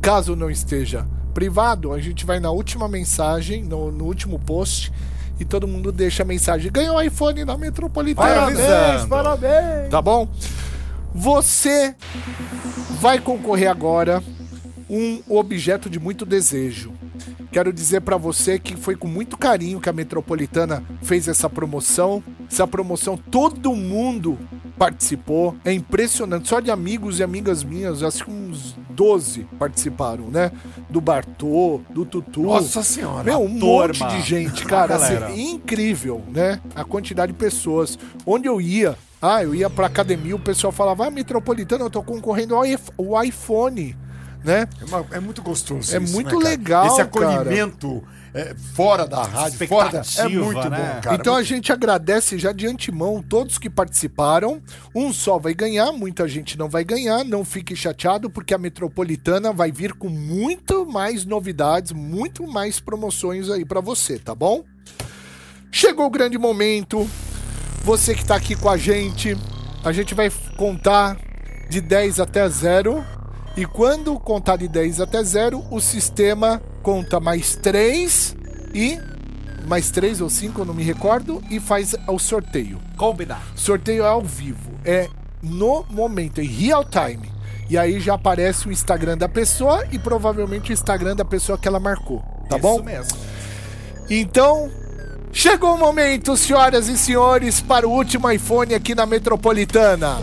[SPEAKER 3] Caso não esteja privado, a gente vai na última mensagem, no, no último post, e todo mundo deixa a mensagem. Ganhou o iPhone na Metropolitana.
[SPEAKER 5] avisando.
[SPEAKER 4] parabéns.
[SPEAKER 3] Tá bom? Você vai concorrer agora um objeto de muito desejo. Quero dizer pra você que foi com muito carinho que a Metropolitana fez essa promoção. Essa promoção todo mundo participou. É impressionante. Só de amigos e amigas minhas, acho que uns 12 participaram, né? Do Bartô, do Tutu.
[SPEAKER 4] Nossa senhora.
[SPEAKER 3] Meu, um
[SPEAKER 5] turma.
[SPEAKER 3] monte de gente, cara. assim,
[SPEAKER 5] Galera.
[SPEAKER 3] incrível, né? A quantidade de pessoas. Onde eu ia, ah, eu ia pra academia, o pessoal falava, ah, Metropolitana, eu tô concorrendo ao i- o iPhone, né?
[SPEAKER 4] É, uma- é muito gostoso.
[SPEAKER 3] É
[SPEAKER 4] isso,
[SPEAKER 3] muito
[SPEAKER 4] né, cara?
[SPEAKER 3] legal,
[SPEAKER 4] Esse
[SPEAKER 3] cara.
[SPEAKER 4] acolhimento é, fora da rádio, fora da. É
[SPEAKER 5] Expectativa,
[SPEAKER 4] muito
[SPEAKER 5] né?
[SPEAKER 4] bom, cara.
[SPEAKER 3] então a gente agradece já de antemão todos que participaram. Um só vai ganhar, muita gente não vai ganhar. Não fique chateado, porque a Metropolitana vai vir com muito mais novidades, muito mais promoções aí pra você, tá bom? Chegou o grande momento. Você que tá aqui com a gente, a gente vai contar de 10 até 0. E quando contar de 10 até 0, o sistema conta mais 3 e mais 3 ou 5, eu não me recordo, e faz o sorteio.
[SPEAKER 5] Combinar.
[SPEAKER 3] Sorteio é ao vivo, é no momento, em real time. E aí já aparece o Instagram da pessoa e provavelmente o Instagram da pessoa que ela marcou, tá
[SPEAKER 5] Isso
[SPEAKER 3] bom?
[SPEAKER 5] mesmo.
[SPEAKER 3] Então, chegou o momento, senhoras e senhores, para o último iPhone aqui na Metropolitana.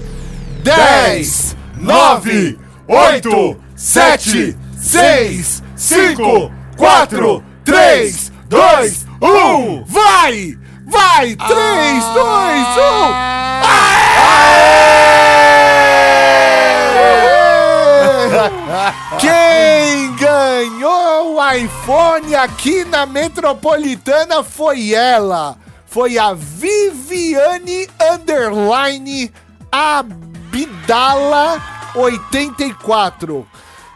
[SPEAKER 3] 10, 9, 8, 7, 6, 5, 4, 3, 2, 1. Vai! Vai! um. 3, 2, 1. Quem ganhou o iPhone aqui na Metropolitana foi ela. Foi a Viviane Underline Abdala 84.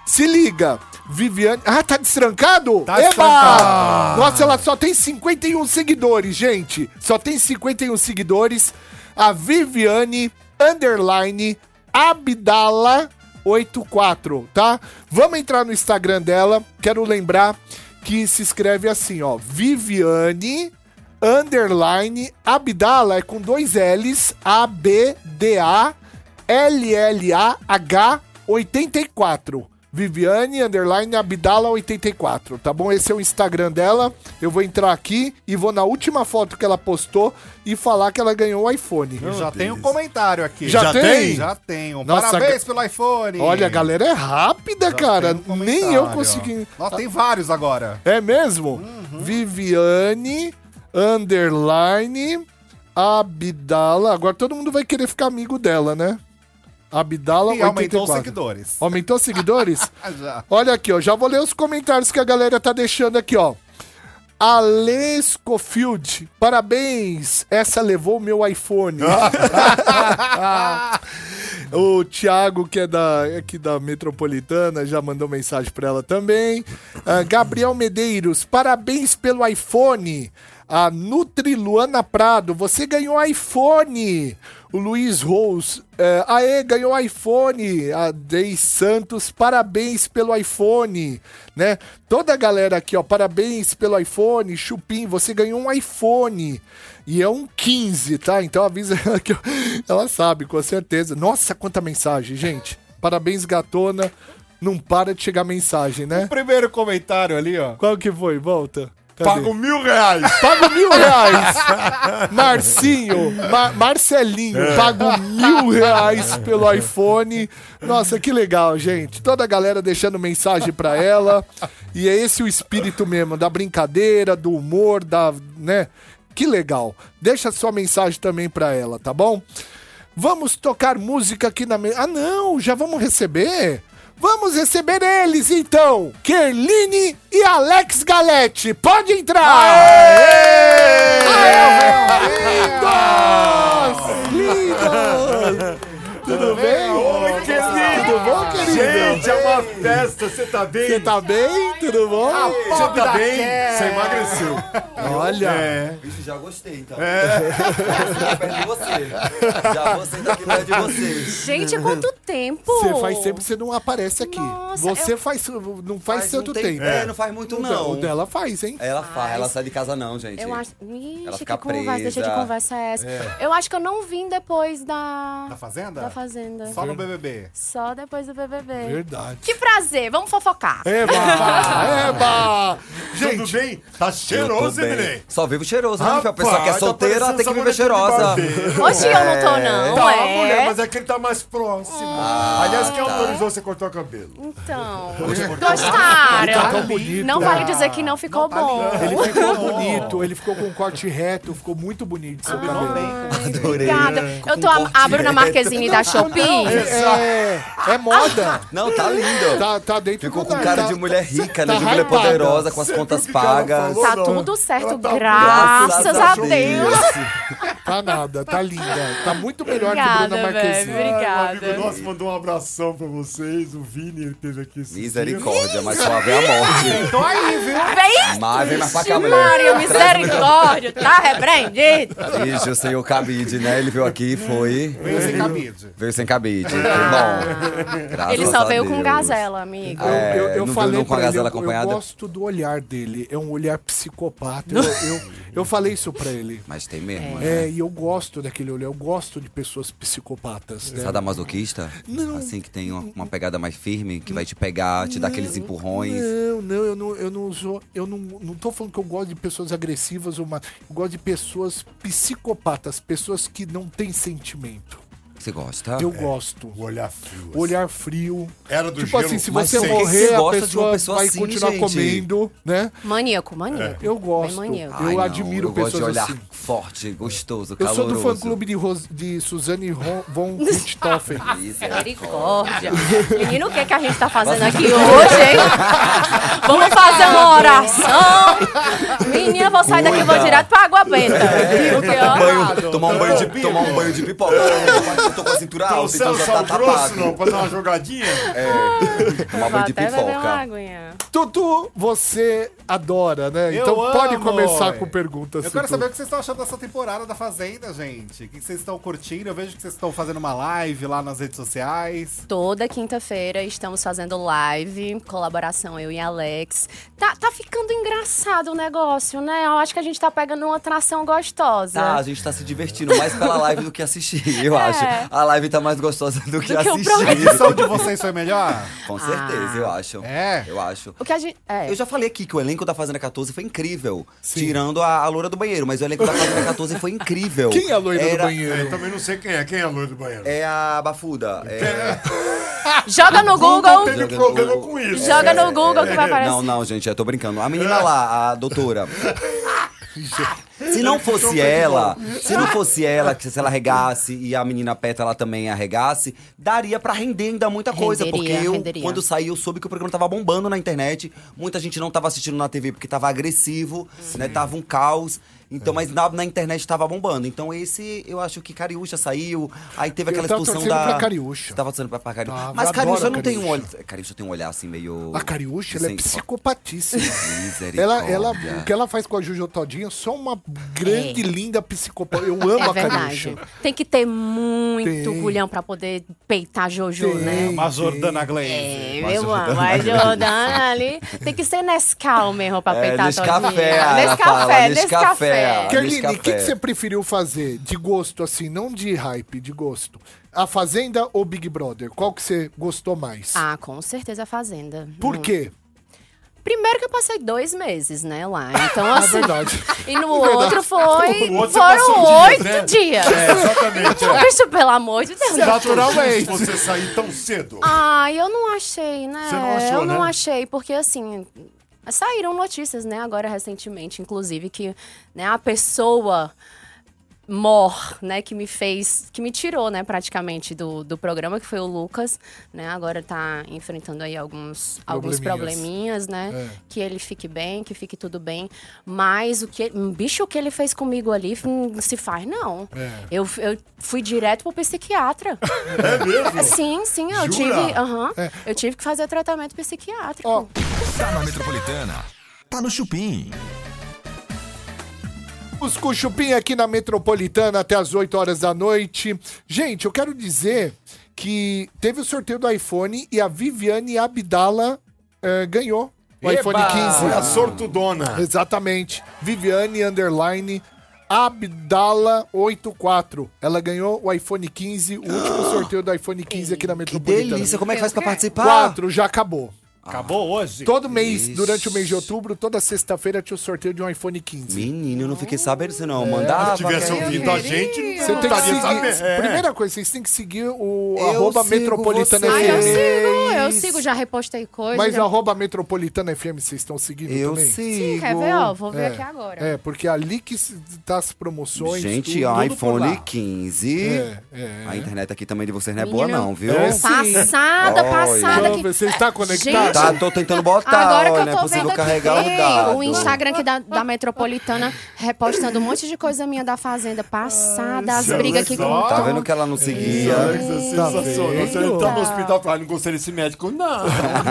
[SPEAKER 3] Se liga, Viviane. Ah, tá destrancado?
[SPEAKER 5] Tá destrancado. Ah.
[SPEAKER 3] Nossa, ela só tem 51 seguidores, gente. Só tem 51 seguidores. A Viviane Underline Abdala 84, tá? Vamos entrar no Instagram dela. Quero lembrar que se escreve assim, ó. Viviane Underline Abdala é com dois L's. A-B-D-A. LLAH 84. Viviane Underline Abdala 84, tá bom? Esse é o Instagram dela. Eu vou entrar aqui e vou na última foto que ela postou e falar que ela ganhou o iPhone.
[SPEAKER 5] Eu já tem um comentário aqui.
[SPEAKER 3] Já tem?
[SPEAKER 5] Já tenho.
[SPEAKER 3] Nossa,
[SPEAKER 5] Parabéns pelo iPhone.
[SPEAKER 3] Olha, a galera é rápida, cara.
[SPEAKER 5] Tem um
[SPEAKER 3] Nem eu
[SPEAKER 5] comentário.
[SPEAKER 3] consegui. Tá-
[SPEAKER 5] Nossa, tem Uhum. vários agora.
[SPEAKER 3] É mesmo? Viviane Underline Abdala. Agora todo mundo vai querer ficar amigo dela, né? Abdala
[SPEAKER 5] E aumentou os
[SPEAKER 3] 84.
[SPEAKER 5] seguidores.
[SPEAKER 3] Aumentou os seguidores?
[SPEAKER 5] Ah, já.
[SPEAKER 3] Olha aqui, ó. Já vou ler os comentários que a galera tá deixando aqui, ó. Alesco Field, parabéns! Essa levou o meu iPhone. o Thiago, que é da, aqui da Metropolitana, já mandou mensagem pra ela também. Ah, Gabriel Medeiros, parabéns pelo iPhone. A Nutri Luana Prado, você ganhou iPhone. O Luiz Rose, é, aê, ganhou iPhone. A Dei Santos, parabéns pelo iPhone. Né? Toda a galera aqui, ó, parabéns pelo iPhone. Chupim, você ganhou um iPhone. E é um 15, tá? Então avisa ela que eu- ela sabe, com certeza. Nossa, quanta mensagem, gente. Parabéns, gatona. Não para de chegar mensagem, né?
[SPEAKER 5] Primeiro comentário ali, ó.
[SPEAKER 3] Qual que foi? Volta. Cadê?
[SPEAKER 4] Pago mil reais.
[SPEAKER 3] Pago mil reais. Marcinho, Ma- Marcelinho, pago mil reais pelo iPhone. Nossa, que legal, gente. Toda a galera deixando mensagem pra ela. E é esse o espírito mesmo, da brincadeira, do humor, da, né? Que legal. Deixa sua mensagem também pra ela, tá bom? Vamos tocar música aqui na mesa. Ah, não, já vamos receber? Vamos receber eles, então! Kerline e Alex Galete. Pode entrar! Aê! Lindos! Tudo bem? Oi, querido! Tudo bom, querido?
[SPEAKER 4] Gente, é uma festa. Você tá bem?
[SPEAKER 3] Você tá bem? Tudo bom?
[SPEAKER 4] Você tá bem? Você emagreceu.
[SPEAKER 3] Olha!
[SPEAKER 9] Vixe, já gostei, então. Já perto de você. Já vou sentar aqui perto de vocês.
[SPEAKER 10] Gente, há quanto tempo?
[SPEAKER 3] Você faz tempo que você não aparece aqui.
[SPEAKER 10] Nossa,
[SPEAKER 3] você tá
[SPEAKER 10] eu-
[SPEAKER 3] faz, não faz
[SPEAKER 9] um
[SPEAKER 3] tanto tempo.
[SPEAKER 9] É, não faz muito,
[SPEAKER 3] O
[SPEAKER 9] não.
[SPEAKER 3] dela faz, hein?
[SPEAKER 9] Ela faz, ela sai de casa não, gente.
[SPEAKER 10] Eu acho.
[SPEAKER 9] Ela
[SPEAKER 10] Ixi,
[SPEAKER 9] fica
[SPEAKER 10] que conversa, deixa de
[SPEAKER 9] presa.
[SPEAKER 10] conversa é essa. Eu acho que eu não vim depois da.
[SPEAKER 5] Da Fazenda?
[SPEAKER 10] Da Fazenda.
[SPEAKER 5] Só no BBB.
[SPEAKER 10] Só depois do BBB.
[SPEAKER 3] Verdade.
[SPEAKER 10] Que prazer, vamos fofocar.
[SPEAKER 3] É, babado. Eba!
[SPEAKER 4] Tudo bem? Tá cheiroso,
[SPEAKER 9] Eu tô bem.
[SPEAKER 4] Emily?
[SPEAKER 9] Só vivo cheiroso, né? A pessoa que é
[SPEAKER 4] Rapaz, tá
[SPEAKER 9] solteira ela tem que
[SPEAKER 4] parecendo
[SPEAKER 9] viver
[SPEAKER 4] sabonete
[SPEAKER 9] cheirosa.
[SPEAKER 4] de barbeiro.
[SPEAKER 10] Hoje eu não tô, não.
[SPEAKER 4] Tá,
[SPEAKER 10] é.
[SPEAKER 4] mulher, mas é que ele tá mais próximo.
[SPEAKER 9] Ah,
[SPEAKER 4] Aliás,
[SPEAKER 9] tá.
[SPEAKER 4] quem autorizou você cortar o cabelo?
[SPEAKER 10] Então. Gostaram.
[SPEAKER 3] Ele tá tão bonito.
[SPEAKER 10] não vale dizer que não ficou bom.
[SPEAKER 3] Ele ficou bonito, ele ficou com um corte reto, ficou muito bonito seu cabelo.
[SPEAKER 9] Ah.
[SPEAKER 10] Ai,
[SPEAKER 9] Adorei.
[SPEAKER 10] Obrigada.
[SPEAKER 9] Com
[SPEAKER 10] Eu tô a, a
[SPEAKER 9] corte
[SPEAKER 10] Bruna
[SPEAKER 9] reto.
[SPEAKER 10] Marquezine da Shopee.
[SPEAKER 3] É, é moda.
[SPEAKER 9] Não, tá lindo.
[SPEAKER 3] Tá, tá dentro
[SPEAKER 9] Ficou
[SPEAKER 3] do-
[SPEAKER 9] com cara
[SPEAKER 3] tá-
[SPEAKER 9] de mulher rica, né?
[SPEAKER 3] tá
[SPEAKER 9] De mulher
[SPEAKER 3] hypada.
[SPEAKER 9] poderosa, com as contas pagas.
[SPEAKER 10] Tá tudo certo, graças
[SPEAKER 9] tá
[SPEAKER 10] a Deus.
[SPEAKER 3] Tá nada, tá linda. Tá muito melhor que
[SPEAKER 10] Obrigada,
[SPEAKER 3] Bruna Marquezine.
[SPEAKER 10] velho. Obrigada.
[SPEAKER 4] Amigo nosso mandou um abração pra vocês. O Vini ele teve aqui esse
[SPEAKER 9] Misericórdia, mas suave é a morte.
[SPEAKER 5] Tô aí, viu?
[SPEAKER 10] Vem!
[SPEAKER 9] Mas vem mais pra cá, mulher.
[SPEAKER 10] Mário, misericórdia, tá repreendido.
[SPEAKER 9] Ixi, o senhor cabide, né? Ele veio aqui e foi.
[SPEAKER 5] Veio sem cabide.
[SPEAKER 9] Veio sem cabide. Que bom. Graças
[SPEAKER 10] Ele só
[SPEAKER 9] a
[SPEAKER 10] veio com
[SPEAKER 9] Deus.
[SPEAKER 10] gazela, amigo.
[SPEAKER 9] Ah, é,
[SPEAKER 3] eu, eu
[SPEAKER 9] não viu
[SPEAKER 3] falei
[SPEAKER 9] não com a
[SPEAKER 3] pra ele,
[SPEAKER 9] gazela
[SPEAKER 3] eu- eu,
[SPEAKER 9] acompanhada?
[SPEAKER 3] gosto do olhar dele. É um olhar psicopata. Eu, eu, eu falei isso pra ele.
[SPEAKER 9] Mas tem mesmo, né?
[SPEAKER 3] É, e eu gosto daquele olhar. Eu gosto de pessoas psicopatas. Né?
[SPEAKER 9] Sadomasoquista? Não. Assim que tem uma, uma pegada mais firme, que vai te pegar, te dar aqueles empurrões.
[SPEAKER 3] Não, não, eu não, eu não sou. Eu não, não tô falando que eu gosto de pessoas agressivas, ou ma- eu gosto de pessoas psicopatas, pessoas que não têm sentimento.
[SPEAKER 9] Você gosta?
[SPEAKER 3] Eu gosto.
[SPEAKER 4] O olhar frio.
[SPEAKER 3] Olhar frio.
[SPEAKER 4] Era do
[SPEAKER 3] tipo
[SPEAKER 4] gelo,
[SPEAKER 3] assim, se
[SPEAKER 9] mas
[SPEAKER 3] você
[SPEAKER 9] sei. Quem
[SPEAKER 3] morrer,
[SPEAKER 9] que
[SPEAKER 3] a
[SPEAKER 9] gosta de uma
[SPEAKER 3] pessoa,
[SPEAKER 9] pessoa
[SPEAKER 3] vai
[SPEAKER 9] assim,
[SPEAKER 3] continuar
[SPEAKER 9] gente?
[SPEAKER 3] comendo, né?
[SPEAKER 10] Maníaco, maníaco.
[SPEAKER 3] É, Eu gosto.
[SPEAKER 10] Bem maníaco.
[SPEAKER 9] Ai,
[SPEAKER 3] eu
[SPEAKER 9] não,
[SPEAKER 3] admiro
[SPEAKER 9] eu gosto
[SPEAKER 3] pessoas
[SPEAKER 9] de olhar
[SPEAKER 3] assim.
[SPEAKER 9] forte, gostoso,
[SPEAKER 3] Eu
[SPEAKER 9] caloroso.
[SPEAKER 3] sou do fã-clube de, Ros- de Suzane Ron- von Richthofen.
[SPEAKER 10] Misericórdia. Menino, o que, que a gente tá
[SPEAKER 9] um
[SPEAKER 10] fazendo aqui hoje, hein? Vamos fazer uma oração. Menina, eu vou sair daqui e vou
[SPEAKER 9] um Cuida.
[SPEAKER 10] direto pra água benta. Viu que
[SPEAKER 9] Tomar um
[SPEAKER 10] ó?
[SPEAKER 9] banho- tomar um banho de tomar um banho de pipoca. Eu tô com a cintura alta, então já tá
[SPEAKER 4] um grosso,
[SPEAKER 9] tapado.
[SPEAKER 4] não, pra dar um- uma jogadinha.
[SPEAKER 9] Tomar
[SPEAKER 10] Vou
[SPEAKER 9] banho de
[SPEAKER 10] até beber uma
[SPEAKER 9] pipoca.
[SPEAKER 10] aguinha.
[SPEAKER 3] Tutu, você adora, né?
[SPEAKER 5] Eu
[SPEAKER 3] então pode
[SPEAKER 5] amo.
[SPEAKER 3] começar com perguntas.
[SPEAKER 5] Eu quero
[SPEAKER 3] Tutu.
[SPEAKER 5] saber o que vocês estão achando dessa temporada da Fazenda, gente. O que vocês estão curtindo? Eu vejo que vocês estão fazendo uma live lá nas redes sociais.
[SPEAKER 10] Toda quinta-feira estamos fazendo live, colaboração eu e Alex. Tá, tá ficando engraçado o negócio, né? Eu acho que a gente tá pegando uma atração gostosa.
[SPEAKER 9] Tá, a gente tá se divertindo mais pela live do que assistir, eu
[SPEAKER 10] É.
[SPEAKER 9] acho. A live tá mais gostosa do que
[SPEAKER 10] que o Ah,
[SPEAKER 5] A
[SPEAKER 9] assistir.
[SPEAKER 5] edição de vocês foi melhor?
[SPEAKER 9] Com certeza, eu acho.
[SPEAKER 5] É.
[SPEAKER 9] Eu acho.
[SPEAKER 10] O que a gente. É.
[SPEAKER 9] Eu já falei aqui que o elenco da Fazenda 14 foi incrível. Tirando a, a loira do banheiro, mas o elenco da Fazenda 14 foi incrível.
[SPEAKER 3] Quem é a loira
[SPEAKER 9] Era-
[SPEAKER 3] do banheiro?
[SPEAKER 4] Eu também não sei quem é. Quem é a loira do banheiro?
[SPEAKER 9] É a Bafuda. É...
[SPEAKER 10] Joga no Google!
[SPEAKER 4] Teve problema com isso. É.
[SPEAKER 10] Joga
[SPEAKER 9] É,
[SPEAKER 10] no Google que vai aparecer.
[SPEAKER 9] Não, não, gente, eu tô brincando. A menina lá, a doutora. Se não fosse ela, se não fosse ela, que se ela arregasse e a menina peta ela também arregasse, daria pra render ainda muita coisa.
[SPEAKER 10] Renderia,
[SPEAKER 9] porque eu,
[SPEAKER 10] renderia.
[SPEAKER 9] quando saí, eu soube que o programa tava bombando na internet. Muita gente não tava assistindo na TV porque tava agressivo, né? Tava um caos. Então, mas na, na internet tava bombando. Então, esse, eu acho que Cariúcha saiu. Aí teve
[SPEAKER 3] Eu
[SPEAKER 9] aquela
[SPEAKER 3] tava
[SPEAKER 9] expulsão
[SPEAKER 3] torcendo
[SPEAKER 9] da.
[SPEAKER 3] pra Cariúcha.
[SPEAKER 9] Você tava torcendo pra, pra Cariúcha.
[SPEAKER 3] Tava,
[SPEAKER 9] mas
[SPEAKER 3] eu adoro
[SPEAKER 9] Cariúcha não tem um olho.
[SPEAKER 3] Cariúcha.
[SPEAKER 9] Cariúcha tem um olhar assim meio.
[SPEAKER 3] A Cariúcha, ela é
[SPEAKER 9] Sem-
[SPEAKER 3] psicopatíssima.
[SPEAKER 9] Misericórdia.
[SPEAKER 3] ela, ela, o que ela faz com a Juju Todinha é só uma grande,
[SPEAKER 10] É.
[SPEAKER 3] linda psicopata. Eu amo
[SPEAKER 10] É
[SPEAKER 3] a
[SPEAKER 10] verdade.
[SPEAKER 3] Cariúcha.
[SPEAKER 10] Tem que ter muito
[SPEAKER 3] Tem.
[SPEAKER 10] culhão pra poder peitar Jojo, né?
[SPEAKER 5] Uma Jordana Glaze.
[SPEAKER 10] É, eu amo. A Jordana ali. Tem que ser Nescau mesmo pra Ah,
[SPEAKER 9] É,
[SPEAKER 10] peitar
[SPEAKER 9] nesse
[SPEAKER 10] todinha.
[SPEAKER 9] café, ela fala, nesse café. Ela
[SPEAKER 3] Kerline,
[SPEAKER 9] deixa
[SPEAKER 3] o que, que
[SPEAKER 9] café.
[SPEAKER 3] você preferiu fazer de gosto, assim, não de hype, de gosto? A Fazenda ou Big Brother? Qual que você gostou mais?
[SPEAKER 10] Ah, com certeza a Fazenda.
[SPEAKER 3] Por
[SPEAKER 10] Hum.
[SPEAKER 3] quê?
[SPEAKER 10] Primeiro que eu passei dois meses, né, lá. Então,
[SPEAKER 3] Ah,
[SPEAKER 10] assim.
[SPEAKER 3] verdade.
[SPEAKER 10] e no outro um foi.
[SPEAKER 4] No outro você
[SPEAKER 10] foram
[SPEAKER 4] passou dias,
[SPEAKER 10] oito
[SPEAKER 4] né?
[SPEAKER 10] dias.
[SPEAKER 4] É, exatamente. é.
[SPEAKER 10] Bicho, pelo amor de Deus.
[SPEAKER 2] é
[SPEAKER 4] Naturalmente. Você sair tão cedo.
[SPEAKER 10] Ah, eu não achei, né?
[SPEAKER 4] Você não achou,
[SPEAKER 10] eu não
[SPEAKER 4] né?
[SPEAKER 10] achei, porque assim. Saíram notícias, né, agora recentemente, inclusive, que né, a pessoa mor, né, que me fez, que me tirou, né, praticamente do, do programa, que foi o Lucas, né, agora tá enfrentando aí alguns, alguns
[SPEAKER 3] Probleminhas.
[SPEAKER 10] probleminhas, né,
[SPEAKER 4] É.
[SPEAKER 10] que ele fique bem, que fique tudo bem, mas o que, um bicho o que ele fez comigo ali, não se faz não. Eu, eu fui direto pro psiquiatra.
[SPEAKER 4] É mesmo?
[SPEAKER 10] Sim, sim,
[SPEAKER 4] Jura?
[SPEAKER 10] eu tive. aham, Eu tive que fazer tratamento psiquiátrico.
[SPEAKER 3] É. Ó,
[SPEAKER 1] Tá na Metropolitana. Tá no Chupim.
[SPEAKER 3] Os com o Chupim aqui na Metropolitana até as 8 horas da noite. Gente, eu quero dizer que teve o sorteio do iPhone e a Viviane Abdala eh, ganhou o
[SPEAKER 5] Eba!
[SPEAKER 3] iPhone
[SPEAKER 4] Foi a
[SPEAKER 3] 15.
[SPEAKER 4] sortudona.
[SPEAKER 3] Exatamente. Viviane Underline Abdala 84. Ela ganhou o iPhone 15, o último sorteio do iPhone 15 aqui na
[SPEAKER 9] Que
[SPEAKER 3] Metropolitana.
[SPEAKER 9] delícia, como é que faz pra participar?
[SPEAKER 3] Quatro, já acabou.
[SPEAKER 5] Acabou hoje?
[SPEAKER 3] Todo mês, durante o mês de outubro, toda sexta-feira tinha o sorteio de um iPhone 15.
[SPEAKER 9] Menino, eu não fiquei sabendo disso, não. Mandava.
[SPEAKER 2] Se tivesse ouvindo a gente, não
[SPEAKER 3] Você tem que
[SPEAKER 2] precisaria
[SPEAKER 3] seguir.
[SPEAKER 2] saber. É.
[SPEAKER 3] Primeira coisa, vocês têm que seguir o
[SPEAKER 9] Eu
[SPEAKER 3] arroba
[SPEAKER 9] sigo
[SPEAKER 3] Metropolitana
[SPEAKER 9] vocês.
[SPEAKER 10] Ai, eu
[SPEAKER 3] FM.
[SPEAKER 10] sigo, eu sigo, já repostei coisa.
[SPEAKER 3] Mas
[SPEAKER 10] já...
[SPEAKER 3] arroba Metropolitana FM, vocês estão seguindo
[SPEAKER 9] Eu
[SPEAKER 3] também?
[SPEAKER 10] Sim,
[SPEAKER 9] sigo.
[SPEAKER 10] quer ver? Ó, vou ver
[SPEAKER 3] É,
[SPEAKER 10] aqui agora.
[SPEAKER 3] É, porque ali que se- tá as promoções.
[SPEAKER 9] Gente,
[SPEAKER 3] tudo, tudo por
[SPEAKER 9] iPhone
[SPEAKER 3] lá.
[SPEAKER 9] 15.
[SPEAKER 3] É, é.
[SPEAKER 9] A internet aqui também de vocês não é boa,
[SPEAKER 10] Menino,
[SPEAKER 9] não, viu?
[SPEAKER 3] é sim.
[SPEAKER 10] Passada,
[SPEAKER 9] Olha.
[SPEAKER 10] passada.
[SPEAKER 3] Então,
[SPEAKER 10] Que...
[SPEAKER 3] Você está conectado?
[SPEAKER 9] Tá, tô tentando botar,
[SPEAKER 10] Agora que um
[SPEAKER 9] olha,
[SPEAKER 10] eu tô
[SPEAKER 9] é possível
[SPEAKER 10] vendo
[SPEAKER 9] carregar
[SPEAKER 10] aqui,
[SPEAKER 9] o dado.
[SPEAKER 10] o Instagram aqui da, da Metropolitana repostando um monte de coisa minha da Fazenda. Passada, as brigas aqui com o
[SPEAKER 9] Tá
[SPEAKER 10] Tom.
[SPEAKER 9] vendo que ela não seguia?
[SPEAKER 2] Alexa, sensacional. Você
[SPEAKER 3] vendo?
[SPEAKER 2] entrar no hospital e falar, não gostei desse médico, não.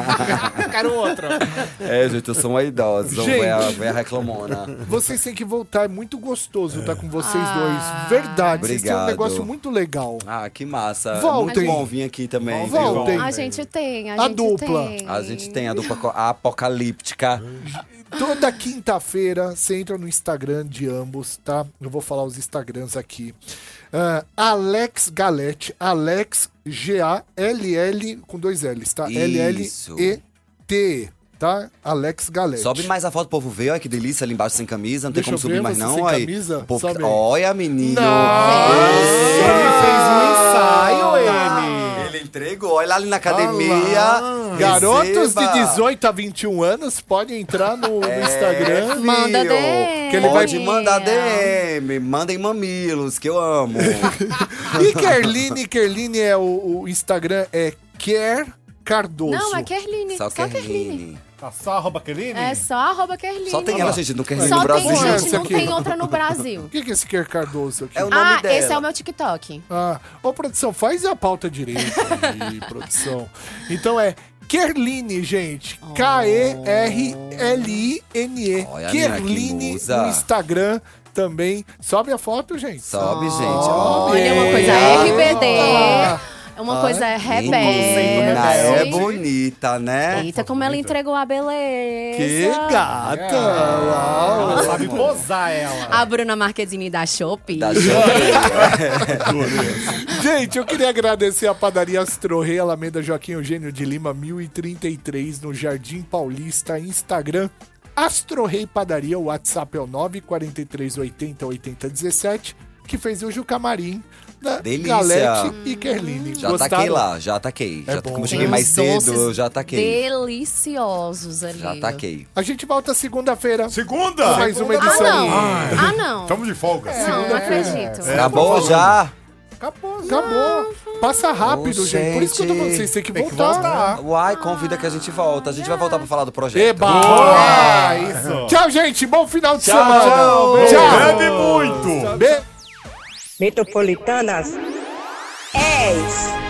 [SPEAKER 5] Quero outra.
[SPEAKER 9] É, gente, eu sou uma idosa,
[SPEAKER 3] Gente.
[SPEAKER 9] vai a, vai a reclamona.
[SPEAKER 3] Vocês têm que voltar, é muito gostoso estar com vocês
[SPEAKER 10] Ah.
[SPEAKER 3] dois. Verdade, vocês têm um
[SPEAKER 9] Obrigado.
[SPEAKER 3] negócio muito legal.
[SPEAKER 9] Ah, que massa.
[SPEAKER 3] Voltem.
[SPEAKER 9] Muito bom vir aqui também. viu?
[SPEAKER 3] Voltem.
[SPEAKER 10] A gente tem, a,
[SPEAKER 3] A
[SPEAKER 10] gente
[SPEAKER 3] dupla.
[SPEAKER 9] A
[SPEAKER 10] tem.
[SPEAKER 9] gente tem a dupla co- a apocalíptica.
[SPEAKER 3] Toda quinta-feira você entra no Instagram de ambos, tá? Eu vou falar os Instagrams aqui. Ah, Alex Galete, Alex G-A-L-L com dois L's, tá?
[SPEAKER 9] Isso.
[SPEAKER 3] L-L-E-T, tá? Alex Galete.
[SPEAKER 9] Sobe mais a foto, o povo vê. Olha que delícia ali embaixo sem camisa. Não tem
[SPEAKER 3] Deixa
[SPEAKER 9] como
[SPEAKER 3] eu
[SPEAKER 9] subir
[SPEAKER 3] ver
[SPEAKER 9] mais,
[SPEAKER 3] você
[SPEAKER 9] não.
[SPEAKER 3] sem
[SPEAKER 9] olha.
[SPEAKER 3] camisa?
[SPEAKER 9] Pô,
[SPEAKER 3] Sobe aí.
[SPEAKER 9] olha, menino.
[SPEAKER 3] Nossa!
[SPEAKER 5] Ele fez
[SPEAKER 3] Ah!
[SPEAKER 5] um ensaio, ele.
[SPEAKER 9] Ele- Ele entregou. Olha lá ali na
[SPEAKER 3] Tá
[SPEAKER 9] academia.
[SPEAKER 3] Garotos
[SPEAKER 9] Receba.
[SPEAKER 3] de 18 a 21 anos podem entrar no, no
[SPEAKER 9] É,
[SPEAKER 3] Instagram.
[SPEAKER 10] Manda
[SPEAKER 9] filho.
[SPEAKER 10] DM.
[SPEAKER 3] Que ele vai-
[SPEAKER 9] Pode mandar DM. É, Mandem mamilos, que eu amo.
[SPEAKER 3] E Kerline, Kerline é o, o Instagram é Ker Cardoso.
[SPEAKER 10] Não, é Kerline.
[SPEAKER 9] Só
[SPEAKER 10] Só, Kerline.
[SPEAKER 9] Kerline.
[SPEAKER 5] Tá só arroba Kelly?
[SPEAKER 10] É só arroba Kerline.
[SPEAKER 9] Só tem ela, gente, no Kerline
[SPEAKER 10] Só
[SPEAKER 9] no Brasil.
[SPEAKER 10] tem gente,
[SPEAKER 3] Essa
[SPEAKER 10] não
[SPEAKER 3] aqui.
[SPEAKER 10] tem outra no Brasil.
[SPEAKER 3] O que que é esse Ker Cardoso aqui?
[SPEAKER 9] É o nome
[SPEAKER 10] ah,
[SPEAKER 9] dela.
[SPEAKER 10] esse é o meu TikTok.
[SPEAKER 3] Ah, ô produção, faz a pauta direita aí, produção. Então é Kerline, gente. K-E-R-L-I-N-E.
[SPEAKER 9] Oh. Olha a menina que
[SPEAKER 3] Kerline
[SPEAKER 9] musa.
[SPEAKER 3] no Instagram também. Sobe a foto, gente.
[SPEAKER 9] Sobe, gente.
[SPEAKER 10] Olha, uma coisa é RBD, uma coisa é
[SPEAKER 9] Menina Ah, é
[SPEAKER 10] rebelde.
[SPEAKER 9] bonita, né?
[SPEAKER 10] Eita, como ela entregou a beleza.
[SPEAKER 3] Que gata! uau.
[SPEAKER 5] Ela sabe posar ela.
[SPEAKER 10] A Bruna Marquezine da Shopee.
[SPEAKER 9] Da joia.
[SPEAKER 3] Gente, eu queria agradecer a padaria Astrorrei, Alameda Joaquim Eugênio de Lima, 1033, no Jardim Paulista, Instagram. Astrorrei Padaria, o WhatsApp é o 943808017, que fez hoje o camarim da
[SPEAKER 9] Delícia.
[SPEAKER 3] Galete e Kerline.
[SPEAKER 9] Já ataquei lá, já ataquei. já,
[SPEAKER 3] bom,
[SPEAKER 9] como
[SPEAKER 3] né?
[SPEAKER 9] cheguei mais
[SPEAKER 10] Uns
[SPEAKER 9] cedo,
[SPEAKER 10] doces
[SPEAKER 9] eu já ataquei.
[SPEAKER 10] Deliciosos ali.
[SPEAKER 9] Já ataquei.
[SPEAKER 3] A gente volta segunda-feira.
[SPEAKER 2] Segunda!
[SPEAKER 9] Tá
[SPEAKER 3] Mais um
[SPEAKER 9] é
[SPEAKER 3] uma
[SPEAKER 10] Ah,
[SPEAKER 3] edição.
[SPEAKER 10] não.
[SPEAKER 5] Então,
[SPEAKER 10] Ah,
[SPEAKER 3] um.
[SPEAKER 10] não.
[SPEAKER 4] então,
[SPEAKER 2] Estamos de folga.
[SPEAKER 3] É.
[SPEAKER 10] Não, não acredito.
[SPEAKER 9] Acabou já?
[SPEAKER 3] Acabou, acabou. tá Passa rápido,
[SPEAKER 9] Ô,
[SPEAKER 3] gente. Por isso que eu tô falando,
[SPEAKER 9] gente.
[SPEAKER 3] vocês têm que
[SPEAKER 5] Tem
[SPEAKER 3] voltar.
[SPEAKER 5] que voltar.
[SPEAKER 9] Uai, convida que a gente volta. A gente vai voltar pra falar do projeto.
[SPEAKER 3] Eba!
[SPEAKER 5] Ah, isso.
[SPEAKER 3] Tchau, gente. Bom final de semana.
[SPEAKER 9] tchau.
[SPEAKER 3] Tchau.
[SPEAKER 2] Bebe muito!
[SPEAKER 3] Be-
[SPEAKER 11] Metropolitanas 10.